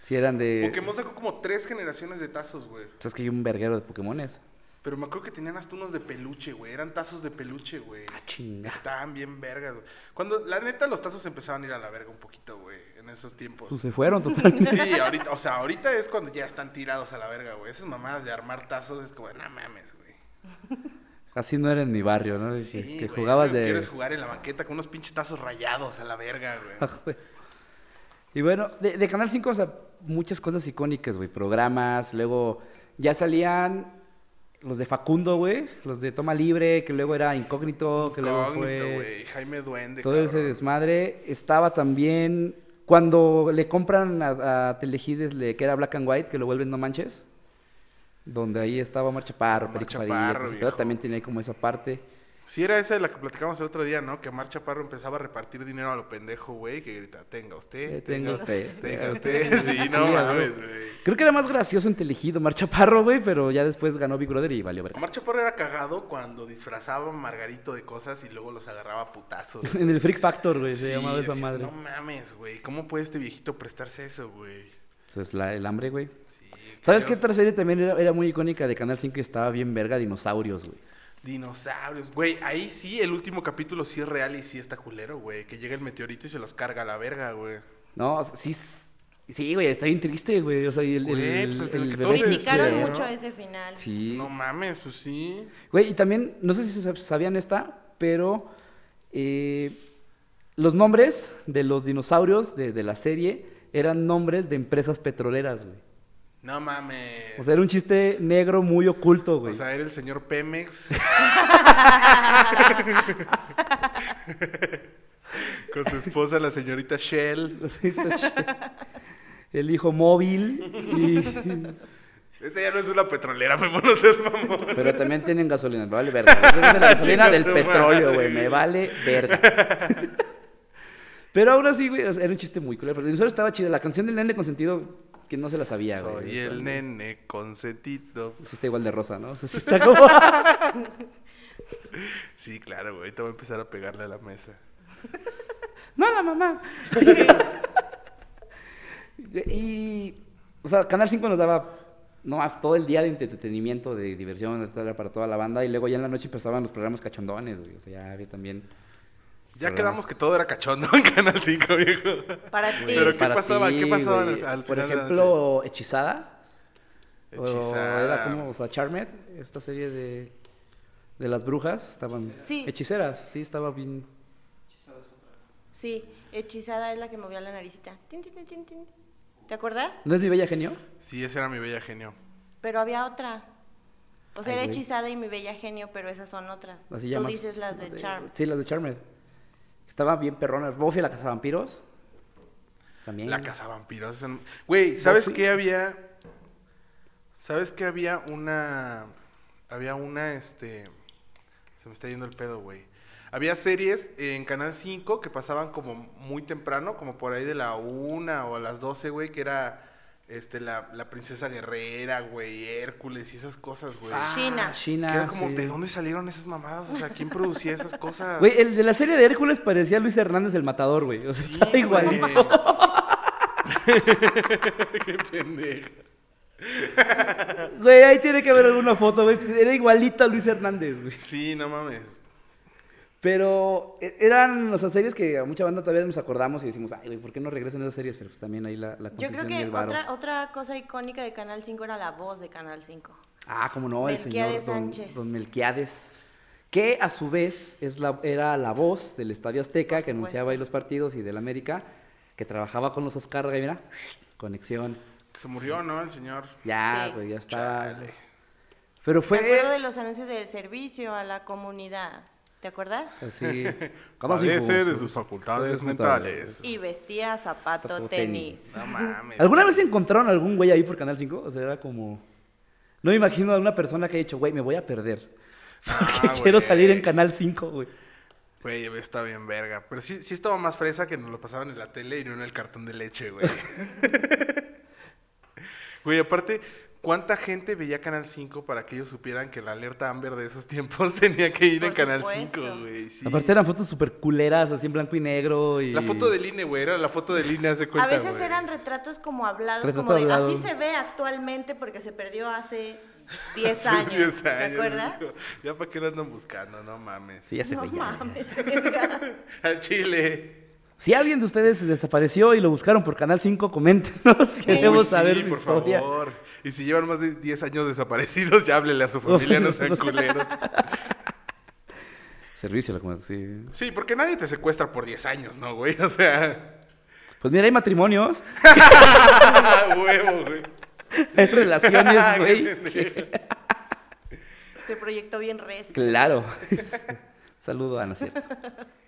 Speaker 6: Sí, eran de...
Speaker 8: Pokémon sacó como tres generaciones de tazos, güey.
Speaker 6: Sabes que hay un verguero de Pokémones.
Speaker 8: Pero me acuerdo que tenían hasta unos de peluche, güey. Eran tazos de peluche, güey.
Speaker 6: Ah, chinga.
Speaker 8: Estaban bien vergas, güey. Cuando, la neta, los tazos empezaban a ir a la verga un poquito, güey. En esos tiempos.
Speaker 6: Pues se
Speaker 8: *laughs*
Speaker 6: fueron totalmente.
Speaker 8: Sí, ahorita, o sea, ahorita es cuando ya están tirados a la verga, güey. Esas mamadas de armar tazos es como, no mames, güey.
Speaker 6: Así no era en mi barrio, ¿no? Que-
Speaker 8: güey,
Speaker 6: que jugabas
Speaker 8: no
Speaker 6: de...
Speaker 8: Quieres jugar en la banqueta con unos pinches tazos rayados a la verga, güey.
Speaker 6: Ah, güey. Y bueno, de, de Canal 5, o sea, muchas cosas icónicas, güey. Programas, luego ya salían los de Facundo, güey. Los de Toma Libre, que luego era Incógnito, que luego
Speaker 8: Incógnito,
Speaker 6: fue...
Speaker 8: güey. Jaime Duende,
Speaker 6: Todo ese
Speaker 8: cabrón.
Speaker 6: desmadre. Estaba también cuando le compran a, a Telegides, le queda Black and White, que lo vuelven No Manches. Donde ahí estaba Omar Chaparro,
Speaker 8: Omar
Speaker 6: Perico
Speaker 8: Chaparro,
Speaker 6: Padilla, etcétera,
Speaker 8: viejo.
Speaker 6: también tenía ahí como esa parte.
Speaker 8: Sí, era esa de la que platicamos el otro día, ¿no? Que Mar Chaparro empezaba a repartir dinero a lo pendejo, güey, que grita, tenga
Speaker 6: Eh,
Speaker 8: usted.
Speaker 6: tenga usted.
Speaker 8: Tenga usted. *laughs* Sí, no
Speaker 6: Sí,
Speaker 8: mames,
Speaker 6: algo.
Speaker 8: güey.
Speaker 6: Creo que era más gracioso en Telegido Omar Chaparro, güey, pero ya después ganó Big Brother y valió verga. *laughs*
Speaker 8: Omar Chaparro era cagado cuando disfrazaba a Margarito de cosas y luego los agarraba a putazos.
Speaker 6: *laughs*
Speaker 8: güey.
Speaker 6: En el Freak Factor, güey, se
Speaker 8: Sí,
Speaker 6: llamaba esa
Speaker 8: decías,
Speaker 6: madre.
Speaker 8: No mames, güey. ¿Cómo puede este viejito prestarse eso, güey?
Speaker 6: Entonces, la- el hambre, güey.
Speaker 8: Sí,
Speaker 6: ¿Sabes qué
Speaker 8: creo-
Speaker 6: otra serie también era, era muy icónica de Canal 5 y estaba bien verga? Dinosaurios, güey.
Speaker 8: Dinosaurios, güey. Ahí sí, el último capítulo sí es real y sí está culero, güey. Que llega el meteorito y se los carga a la verga, güey.
Speaker 6: No, o sea, sí, s- sí, güey, está bien triste, güey. O sea, y el, el,
Speaker 8: Güey, pues, al final que
Speaker 6: bebé
Speaker 8: todos se
Speaker 6: que
Speaker 7: Criticaron
Speaker 8: Sí,
Speaker 6: quiere-
Speaker 8: ¿no?
Speaker 7: mucho ese final.
Speaker 6: Sí.
Speaker 8: No mames, pues sí.
Speaker 6: Güey, y también, no sé si sab- sabían esta, pero eh, los nombres de los dinosaurios de, de la serie eran nombres de empresas petroleras, güey.
Speaker 8: No mames.
Speaker 6: O sea, era un chiste negro muy oculto, güey.
Speaker 8: O sea, era el señor
Speaker 6: *laughs*
Speaker 8: Pemex. Con su esposa, la señorita Shell.
Speaker 6: el hijo móvil. y-
Speaker 8: *laughs* Esa ya no es una petrolera, *laughs* Memo, no seas mamón.
Speaker 6: Pero también tienen gasolina, me vale verga. Yo
Speaker 8: *laughs*
Speaker 6: tengo la gasolina
Speaker 8: Chinga
Speaker 6: del
Speaker 8: tu
Speaker 6: petróleo,
Speaker 8: madre.
Speaker 6: güey, me vale verga. *laughs* Pero aún así, güey, o sea, era un chiste muy culero. Pero el dinosaurio estaba chido. La canción del nene consentido, que no se la sabía, güey.
Speaker 8: Soy el nene consentido.
Speaker 6: Sí está igual de rosa, ¿no? O sea, sí está como...
Speaker 8: Sí, claro, güey. Ahorita voy a empezar a pegarle a la mesa.
Speaker 6: No, la mamá. *laughs* y, o sea, Canal 5 nos daba no más todo el día de entretenimiento, de diversión, de todo, era para toda la banda. Y luego ya en la noche empezaban los programas cachondones, güey. O sea, ya había también.
Speaker 8: Ya
Speaker 6: Programas.
Speaker 8: quedamos que todo era cachondo en Canal 5, viejo.
Speaker 7: Para ti.
Speaker 8: Pero ¿qué
Speaker 6: Para
Speaker 8: pasaba?
Speaker 6: ti,
Speaker 8: ¿Qué pasaba
Speaker 6: güey.
Speaker 8: al, al final
Speaker 6: Por
Speaker 8: de la
Speaker 6: ejemplo, Hechizada. o
Speaker 8: noche? Hechizada.
Speaker 6: Era como, o sea, Charmed, esta serie de, de las brujas. Estaban
Speaker 7: Sí.
Speaker 6: hechiceras, sí, estaba bien.
Speaker 7: Sí, hechizada es la que movía la naricita. Tin, tin, tin, tin, tin. ¿Te acuerdas?
Speaker 6: ¿No es mi bella genio?
Speaker 8: Sí, ese era mi bella genio.
Speaker 7: Pero había otra. O
Speaker 6: Ay,
Speaker 7: sea, era
Speaker 6: güey.
Speaker 7: hechizada y mi bella genio, pero esas son otras.
Speaker 6: Así
Speaker 7: Tú
Speaker 6: llamas-
Speaker 7: dices las de Charm.
Speaker 6: Sí, las de Charmed. Estaba bien perrona. Buffy la cazavampiros. También.
Speaker 8: La casa vampiros. esa no- Güey, ¿sabes
Speaker 6: Buffy.
Speaker 8: qué había? ¿Sabes qué había una. Había una, este. Se me está yendo el pedo, güey. Había series en Canal 5 que pasaban como muy temprano, como por ahí de la 1 o a las 12, güey, que era. Este, la, la princesa guerrera, güey, Hércules y esas cosas, güey.
Speaker 7: China.
Speaker 8: Que
Speaker 6: China.
Speaker 8: era como,
Speaker 6: Ah, sí.
Speaker 8: ¿de dónde salieron esas mamadas? O sea, ¿quién producía esas cosas?
Speaker 6: Güey, el de la serie de Hércules parecía Luis Hernández el matador, güey. O sea,
Speaker 8: Sí,
Speaker 6: estaba
Speaker 8: güey. *laughs*
Speaker 6: igualito. *laughs*
Speaker 8: Qué pendejo.
Speaker 6: Güey, ahí tiene que haber alguna foto, güey. Era igualito a Luis Hernández, güey.
Speaker 8: Sí, no mames.
Speaker 6: Pero eh, eran, o sea, series que a mucha banda todavía nos acordamos y decimos, ay, güey, ¿por qué no regresan esas series? Pero pues también ahí la, la
Speaker 7: Yo creo
Speaker 6: concesión y
Speaker 7: que
Speaker 6: el varo.
Speaker 7: otra, otra cosa icónica de Canal 5 era la voz de Canal 5.
Speaker 6: Ah, como no, el
Speaker 7: Melquiades
Speaker 6: señor don,
Speaker 7: Sánchez.
Speaker 6: don Melquiades, que a su vez es la, era la voz del Estadio Azteca que anunciaba ahí los partidos y del América, que trabajaba con los Azcárraga y mira, conexión.
Speaker 8: Se murió, ¿no? El señor.
Speaker 6: Ya,
Speaker 7: Sí.
Speaker 6: güey, ya está.
Speaker 8: Chale.
Speaker 6: Pero
Speaker 7: Me acuerdo de
Speaker 6: fue...
Speaker 7: los anuncios de servicio a la comunidad. ¿Te acuerdas?
Speaker 6: Así,
Speaker 8: *laughs* Padece de sus facultades mentales.
Speaker 7: Y vestía zapato
Speaker 6: Zapato,
Speaker 7: tenis.
Speaker 8: No mames.
Speaker 6: ¿Alguna vez encontraron algún güey ahí por Canal 5? O sea, era como... No me imagino a una persona que haya dicho, güey, me voy a perder. *laughs* Porque
Speaker 8: Ah,
Speaker 6: quiero
Speaker 8: güey.
Speaker 6: salir en Canal 5, güey.
Speaker 8: Güey, está bien verga. Pero sí, sí estaba más fresa que nos lo pasaban en la tele y no en el cartón de leche, güey. güey, aparte, ¿Cuánta gente veía Canal 5 para que ellos supieran que la alerta Amber de esos tiempos *laughs* tenía que ir
Speaker 7: Por
Speaker 8: en Canal
Speaker 7: supuesto.
Speaker 8: 5, güey? Sí.
Speaker 6: Aparte eran fotos súper culeras, así en blanco y negro. Y...
Speaker 8: La foto del INE, güey, era la foto del INE, haz de
Speaker 7: A
Speaker 8: cuenta,
Speaker 7: veces
Speaker 8: güey.
Speaker 7: eran retratos como hablados,
Speaker 6: Retrato
Speaker 7: como de,
Speaker 6: hablado.
Speaker 7: así se ve actualmente porque se
Speaker 6: *laughs*
Speaker 7: perdió hace
Speaker 8: *laughs*
Speaker 7: 10
Speaker 8: Hace
Speaker 7: años,
Speaker 8: 10
Speaker 7: ¿te
Speaker 8: años,
Speaker 7: acuerdas?
Speaker 8: digo, Ya para qué lo andan buscando, no mames.
Speaker 6: Sí, ya se
Speaker 7: No
Speaker 6: fue, ya, ya.
Speaker 7: mames, *laughs* Edgar.
Speaker 8: *laughs* A Chile.
Speaker 6: Si alguien de ustedes se desapareció y lo buscaron por Canal 5, coméntenos. Queremos
Speaker 8: Uy, sí,
Speaker 6: saber su
Speaker 8: por
Speaker 6: historia.
Speaker 8: favor. Y si llevan más de 10 años desaparecidos, ya háblele a su familia, no sean culeros.
Speaker 6: Servicio, a la comunidad, sí.
Speaker 8: Sí, porque nadie te secuestra por 10 años, ¿no, güey? *laughs* O sea,
Speaker 6: Pues mira, hay matrimonios, *laughs*
Speaker 8: ah, huevo, güey. *laughs*
Speaker 6: hay relaciones, güey. que-
Speaker 7: se proyectó bien res.
Speaker 6: Claro. *laughs* Saludo a Ana, cierto.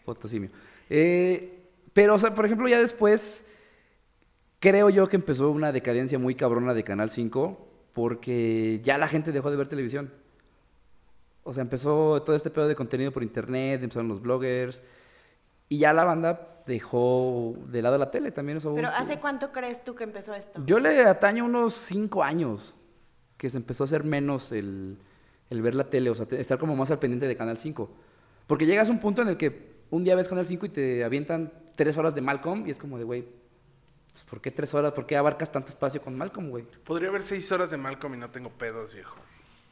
Speaker 6: Fotosimio. Eh, pero, o sea, por ejemplo, ya después, creo yo que empezó una decadencia muy cabrona de Canal 5, porque ya la gente dejó de ver televisión. O sea, empezó todo este pedo de contenido por internet, empezaron los bloggers, y ya la banda dejó de lado la tele también. Eso
Speaker 7: Pero
Speaker 6: hubo-
Speaker 7: ¿hace cuánto crees tú que empezó esto?
Speaker 6: Yo le ataño unos cinco años que se empezó a hacer menos el, el ver la tele, o sea, te- estar como más al pendiente de Canal 5. Porque llegas a un punto en el que un día ves Canal 5 y te avientan tres horas de Malcolm y es como de, güey, pues, ¿por qué tres horas? ¿Por qué abarcas tanto espacio con Malcolm, güey?
Speaker 8: Podría haber 6 horas de Malcolm y no tengo pedos, viejo.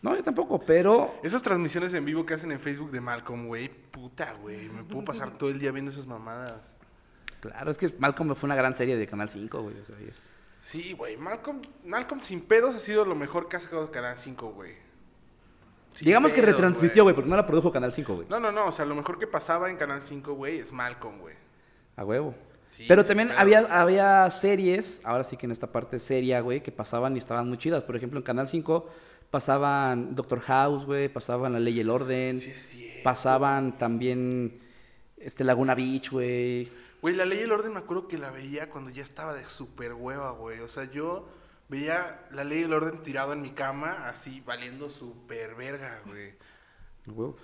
Speaker 6: No, yo tampoco, pero
Speaker 8: Esas transmisiones en vivo que hacen en Facebook de Malcolm, güey, puta, güey. Me puedo pasar todo el día viendo esas mamadas.
Speaker 6: claro, es que Malcolm fue una gran serie de Canal 5, güey. o sea, y es-
Speaker 8: Sí, güey. Malcolm, Malcolm sin pedos ha sido lo mejor que ha sacado Canal 5, güey. Sin
Speaker 6: Digamos que
Speaker 8: pedos,
Speaker 6: retransmitió, güey, porque no la produjo Canal 5, güey.
Speaker 8: No, no, no. O sea, lo mejor que pasaba en Canal 5, güey, es Malcolm, güey.
Speaker 6: A huevo.
Speaker 8: Sí,
Speaker 6: Pero
Speaker 8: sin
Speaker 6: también
Speaker 8: pedos.
Speaker 6: había, había series, ahora sí que en esta parte seria, güey, que pasaban y estaban muy chidas. Por ejemplo, en Canal 5 pasaban Doctor House, güey, pasaban La Ley y el Orden.
Speaker 8: Sí, es cierto.
Speaker 6: pasaban también este, Laguna Beach, güey.
Speaker 8: Güey, la ley y el orden me acuerdo que la veía cuando ya estaba de super hueva, güey. O sea, yo veía la ley y el orden tirado en mi cama, así valiendo super verga, güey.
Speaker 6: A huevo.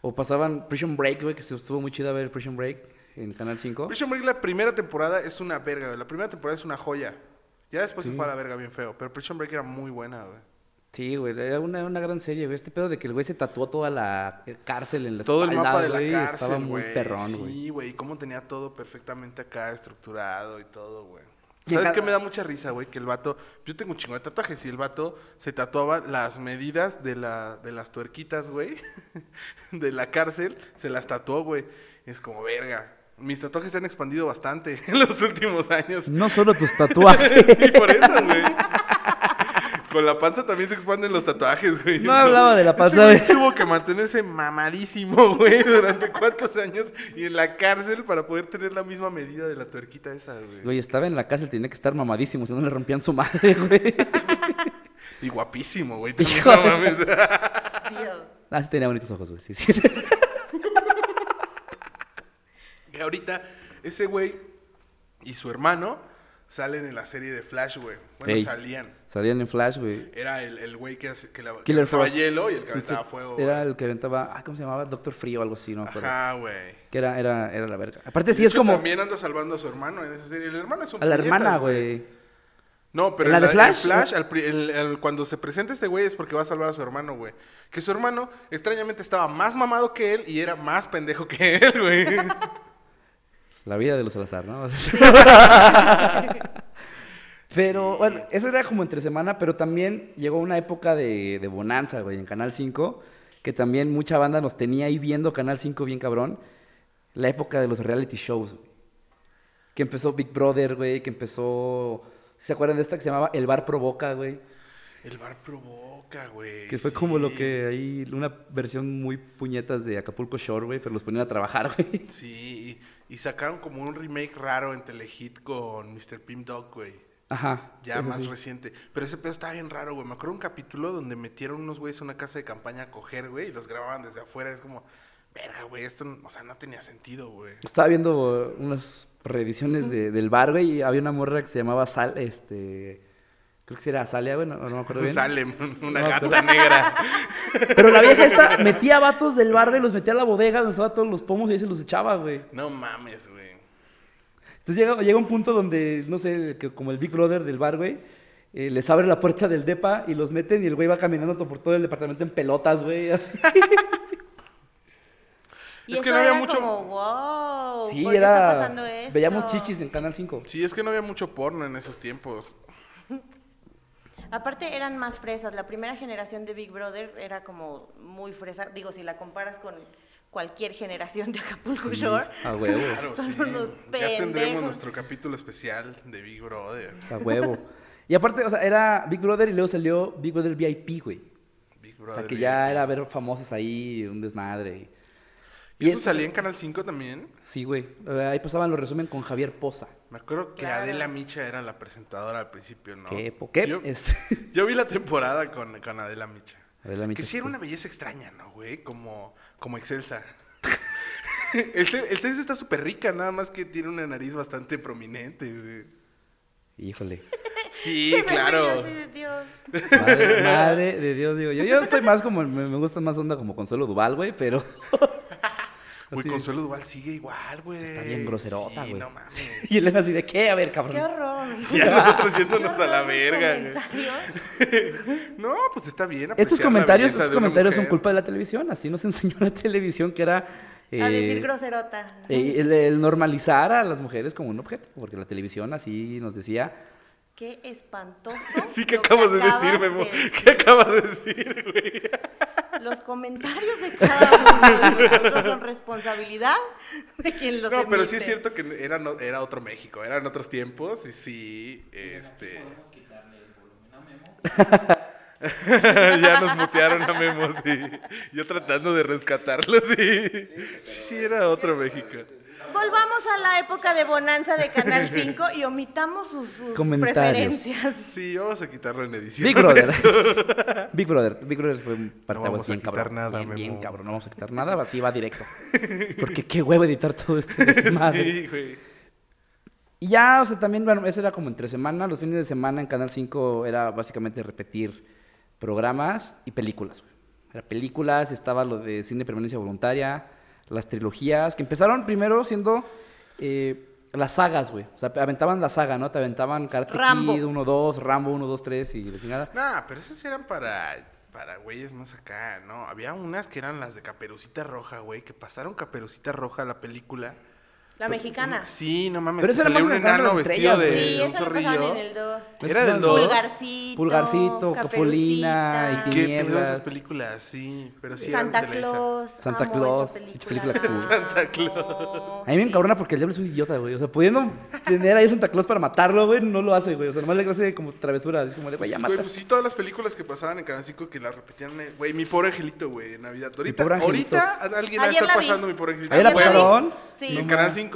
Speaker 6: O pasaban Prison Break, güey, que se estuvo muy chida ver Prison Break en Canal 5.
Speaker 8: Prison Break la primera temporada es una verga, güey. La primera temporada es una joya. Ya después se fue a la verga bien feo, pero Prison Break era muy buena, güey.
Speaker 6: Sí, güey, era una, una gran serie, güey. Este pedo de que el güey se tatuó toda la cárcel en la
Speaker 8: Todo el
Speaker 6: espalda,
Speaker 8: mapa de
Speaker 6: güey,
Speaker 8: la cárcel,
Speaker 6: Estaba
Speaker 8: güey.
Speaker 6: muy perrón, güey.
Speaker 8: Sí, güey, y cómo tenía todo perfectamente acá estructurado y todo, güey.
Speaker 6: Y
Speaker 8: ¿Sabes
Speaker 6: acá-
Speaker 8: qué me da mucha risa, güey? Que el vato, yo tengo un chingo de tatuajes y el vato se tatuaba las medidas de, la, de las tuerquitas, güey, *laughs* de la cárcel, se las tatuó, güey. Es como, verga, mis tatuajes se han expandido bastante *laughs* en los últimos años. *laughs*
Speaker 6: No solo tus tatuajes.
Speaker 8: y por eso,
Speaker 6: *laughs*
Speaker 8: güey. Con la panza también se expanden los tatuajes, güey.
Speaker 6: No hablaba de la
Speaker 8: Este
Speaker 6: panza,
Speaker 8: güey
Speaker 6: güey.
Speaker 8: tuvo que mantenerse mamadísimo, *laughs* güey, durante cuántos años y en la cárcel para poder tener la misma medida de la tuerquita esa, güey.
Speaker 6: *laughs* Güey, estaba en la cárcel, tenía que estar mamadísimo, si no le rompían su madre, güey.
Speaker 8: Y guapísimo,
Speaker 6: *laughs*
Speaker 8: güey. también,
Speaker 6: Hijo
Speaker 8: no
Speaker 6: de-
Speaker 8: mames.
Speaker 7: Dios.
Speaker 6: Ah, sí tenía bonitos ojos, güey. Sí, sí.
Speaker 8: Que ahorita ese güey y su hermano salen en la serie de Flash, güey. Bueno,
Speaker 6: Ey.
Speaker 8: salían.
Speaker 6: Salían en Flash, güey.
Speaker 8: Era el el güey que, hace- que, la, que
Speaker 6: Killer
Speaker 8: aventaba
Speaker 6: Frost.
Speaker 8: hielo y el que
Speaker 6: Este-
Speaker 8: aventaba fuego.
Speaker 6: Era
Speaker 8: güey.
Speaker 6: el que aventaba, ah, ¿cómo se llamaba? Doctor Frío o algo así, no me acuerdo.
Speaker 8: Ajá, güey.
Speaker 6: Que era, era, era la verga. Aparte,
Speaker 8: De
Speaker 6: sí, es
Speaker 8: hecho,
Speaker 6: como
Speaker 8: También anda salvando a su hermano en esa serie. El hermano es un
Speaker 6: a la
Speaker 8: puñetas,
Speaker 6: hermana, güey.
Speaker 8: No, pero
Speaker 6: ¿En la
Speaker 8: en
Speaker 6: de
Speaker 8: la-
Speaker 6: Flash?
Speaker 8: en Flash, al pri- el- el- cuando se presenta este güey es porque va a salvar a su hermano, güey. Que su hermano, extrañamente, estaba más mamado que él y era más pendejo que *laughs* él, güey.
Speaker 6: La vida de los Salazar, ¿no? *laughs* pero, bueno, eso era como entre semana, pero también llegó una época de, de bonanza, güey, en Canal 5, que también mucha banda nos tenía ahí viendo Canal 5 bien cabrón. La época de los reality shows, güey. Que empezó Big Brother, güey, que empezó... ¿Se acuerdan de esta que se llamaba El Bar Provoca, güey?
Speaker 8: El bar provoca, güey.
Speaker 6: Que fue
Speaker 8: sí.
Speaker 6: como lo que ahí, una versión muy puñetas de Acapulco Shore, güey, pero los ponían a trabajar, güey.
Speaker 8: Sí, y, y sacaron como un remake raro en Telehit con Mr. Pim Dog, güey.
Speaker 6: Ajá.
Speaker 8: Ya
Speaker 6: eso
Speaker 8: más
Speaker 6: sí.
Speaker 8: reciente. Pero ese pedo estaba bien raro, güey. Me acuerdo un capítulo donde metieron unos güeyes a una casa de campaña a coger, güey, y los grababan desde afuera. Es como, verga, güey, esto, no- o sea, no tenía sentido, güey.
Speaker 6: Estaba viendo unas reediciones de- del bar, güey, y había una morra que se llamaba Sal, este... Creo que sí era Salia, güey, no, no me acuerdo bien.
Speaker 8: Salem, *laughs* una
Speaker 6: No,
Speaker 8: gata negra.
Speaker 6: Pero la vieja esta metía vatos del bar, güey, los metía a la bodega donde estaban todos los pomos y ahí se los echaba, güey.
Speaker 8: No mames, güey.
Speaker 6: Entonces llega, llega un punto donde, no sé, que como el Big Brother del bar, güey, eh, les abre la puerta del depa y los meten y el güey va caminando to- por todo el departamento en pelotas, güey. así.
Speaker 7: Y
Speaker 8: Es que
Speaker 7: eso
Speaker 8: no había
Speaker 7: era
Speaker 8: mucho-
Speaker 7: Como, wow,
Speaker 6: Sí,
Speaker 7: Oh, ¿por qué
Speaker 6: era...
Speaker 7: está pasando esto?
Speaker 6: Veíamos chichis en Canal 5.
Speaker 8: Sí, es que no había mucho porno en esos tiempos.
Speaker 7: Aparte eran más fresas. La primera generación de Big Brother era como muy fresa. Digo, si la comparas con cualquier generación de Acapulco Shore,
Speaker 6: A
Speaker 7: *laughs*
Speaker 6: huevo,
Speaker 8: Claro,
Speaker 7: Son
Speaker 8: sí.
Speaker 7: unos
Speaker 8: Ya tendremos
Speaker 7: pendejos.
Speaker 8: nuestro capítulo especial de Big Brother.
Speaker 6: a huevo. *laughs* Y aparte, o sea, era Big Brother y luego salió Big Brother VIP, güey.
Speaker 8: Big
Speaker 6: O
Speaker 8: Brother.
Speaker 6: sea, que ya era ver famosos ahí, un desmadre.
Speaker 8: ¿Y eso
Speaker 6: es-
Speaker 8: salía en Canal 5 también?
Speaker 6: Sí, güey. Eh, Ahí pasaban los resumen con Javier Poza.
Speaker 8: Me acuerdo que
Speaker 7: Claro.
Speaker 8: Adela Micha era la presentadora al principio, ¿no?
Speaker 6: ¿Qué? ¿Por qué?
Speaker 8: Yo,
Speaker 6: *laughs* Este-
Speaker 8: yo vi la temporada con, con Adela Micha.
Speaker 6: Adela Micha,
Speaker 8: Que sí era
Speaker 6: sí.
Speaker 8: una belleza extraña, ¿no, güey? Como, como Excelsa. *laughs* Excel- Excelsa está súper rica, nada más que tiene una nariz bastante prominente, güey.
Speaker 7: *laughs*
Speaker 6: Híjole.
Speaker 8: Sí, claro.
Speaker 7: Yo soy de Dios.
Speaker 6: Madre, madre de Dios, digo yo. Yo estoy más como, me, me gusta más onda como Consuelo Duval, güey, pero... *laughs*
Speaker 8: Güey,
Speaker 6: Así de-
Speaker 8: Consuelo Duval sigue igual, güey.
Speaker 6: Está bien groserota,
Speaker 8: Sí,
Speaker 6: güey.
Speaker 8: no mames.
Speaker 6: y Elena así de, ¿qué? A ver,
Speaker 7: Qué
Speaker 8: *laughs*
Speaker 6: cabrón.
Speaker 7: horror.
Speaker 8: Sí, a nosotros
Speaker 7: Qué *laughs*
Speaker 8: yéndonos a la
Speaker 7: horror esos
Speaker 8: verga,
Speaker 7: comentarios.
Speaker 8: güey. *laughs* No, pues está bien. apreciar
Speaker 6: Estos
Speaker 8: la
Speaker 6: comentarios,
Speaker 8: belleza
Speaker 6: estos
Speaker 8: de una
Speaker 6: comentarios son
Speaker 8: mujer.
Speaker 6: culpa de la televisión. Así nos *laughs* enseñó la televisión que era...
Speaker 7: A
Speaker 6: eh,
Speaker 7: decir groserota.
Speaker 6: eh, el, el normalizar a las mujeres como un objeto, porque la televisión así nos decía,
Speaker 7: Qué espantoso.
Speaker 8: *laughs* *laughs* Sí, ¿qué
Speaker 7: lo que
Speaker 8: acabas de
Speaker 7: acabas
Speaker 8: decir, Memo? *laughs*
Speaker 7: de-
Speaker 8: ¿Qué acabas de decir, güey?
Speaker 7: Los comentarios de cada uno de nosotros son responsabilidad de quien los
Speaker 8: No, pero sí
Speaker 7: emite.
Speaker 8: es cierto que era, no- era otro México, eran otros tiempos y sí, este...
Speaker 9: Podemos quitarle el volumen a Memo.
Speaker 8: *laughs* ya nos mutearon a Memo, sí. Yo tratando de rescatarlo, sí. Sí, sí, era otro México.
Speaker 7: Volvamos a la época de bonanza de
Speaker 8: *laughs*
Speaker 7: Canal 5 y omitamos sus, sus
Speaker 6: Comentarios.
Speaker 7: preferencias.
Speaker 8: Sí, vamos a quitarlo en edición. *laughs*
Speaker 6: Big Brother. Big Brother. Big Brother fue un parteaguas
Speaker 8: vamos a
Speaker 6: bien
Speaker 8: quitar
Speaker 6: cabrón.
Speaker 8: nada,
Speaker 6: bien, bien
Speaker 8: Memo.
Speaker 6: cabrón. No vamos a quitar nada, así va
Speaker 8: *laughs*
Speaker 6: directo. Porque qué huevo editar todo este desmadre.
Speaker 8: Sí, güey.
Speaker 6: Y ya, o sea, también, bueno, eso era como entre semana. Los fines de semana en Canal 5 era básicamente repetir programas y películas. güey. Era películas, estaba lo de cine de permanencia voluntaria, las trilogías, que empezaron primero siendo eh, las sagas, güey. O sea, aventaban la saga, ¿no? Te aventaban Karate
Speaker 7: Rambo.
Speaker 6: Kid 1, 2, Rambo 1, 2, 3 y la chingada.
Speaker 8: Nah, pero esas eran para... Para güeyes más acá, ¿no? Había unas que eran las de Caperucita Roja, güey, que pasaron Caperucita Roja a la película.
Speaker 7: La mexicana. Sí,
Speaker 8: Sí, no mames.
Speaker 6: Pero
Speaker 8: que
Speaker 6: eso era
Speaker 8: salía
Speaker 6: más
Speaker 8: un
Speaker 6: en el canto
Speaker 8: enano
Speaker 6: de las
Speaker 8: vestido
Speaker 6: estrellas,
Speaker 8: de
Speaker 6: güey.
Speaker 8: Eh, un
Speaker 7: esa la pasaban
Speaker 8: zorrillo.
Speaker 7: en el 2.
Speaker 8: Era del
Speaker 6: Dos.
Speaker 7: Pulgarcito.
Speaker 6: Pulgarcito, Capulina y
Speaker 7: Caperucita,
Speaker 8: ¿Qué pedo
Speaker 6: Tinieblas.
Speaker 8: esas películas? Sí, pero sí eran
Speaker 7: Santa
Speaker 8: de la
Speaker 7: Claus.
Speaker 6: Santa
Speaker 7: amo
Speaker 6: Claus,
Speaker 7: esa
Speaker 6: pinche
Speaker 7: película.
Speaker 6: película cool.
Speaker 8: Santa
Speaker 7: Claus.
Speaker 6: A mí me encabrona porque el diablo es un idiota, güey. O sea, pudiendo tener ahí a Santa Claus para matarlo, güey, no lo hace, güey. O sea, nomás le hace como travesura. Es como de,
Speaker 8: Pues,
Speaker 6: güey, ya
Speaker 8: güey,
Speaker 6: mata.
Speaker 8: pues sí, todas las películas que pasaban en Canal 5 que las repetían. eh, Güey, mi pobre angelito, güey, en Navidad. Ahorita,
Speaker 6: Pobre Angelito.
Speaker 8: ahorita a- alguien va a
Speaker 7: Ayer
Speaker 8: estar
Speaker 7: la vi.
Speaker 8: pasando mi pobre angelito.
Speaker 6: ¿Ahí la
Speaker 8: güey,
Speaker 6: pasaron?
Speaker 7: Sí.
Speaker 8: En
Speaker 6: No,
Speaker 8: Canal
Speaker 6: ma-
Speaker 8: 5.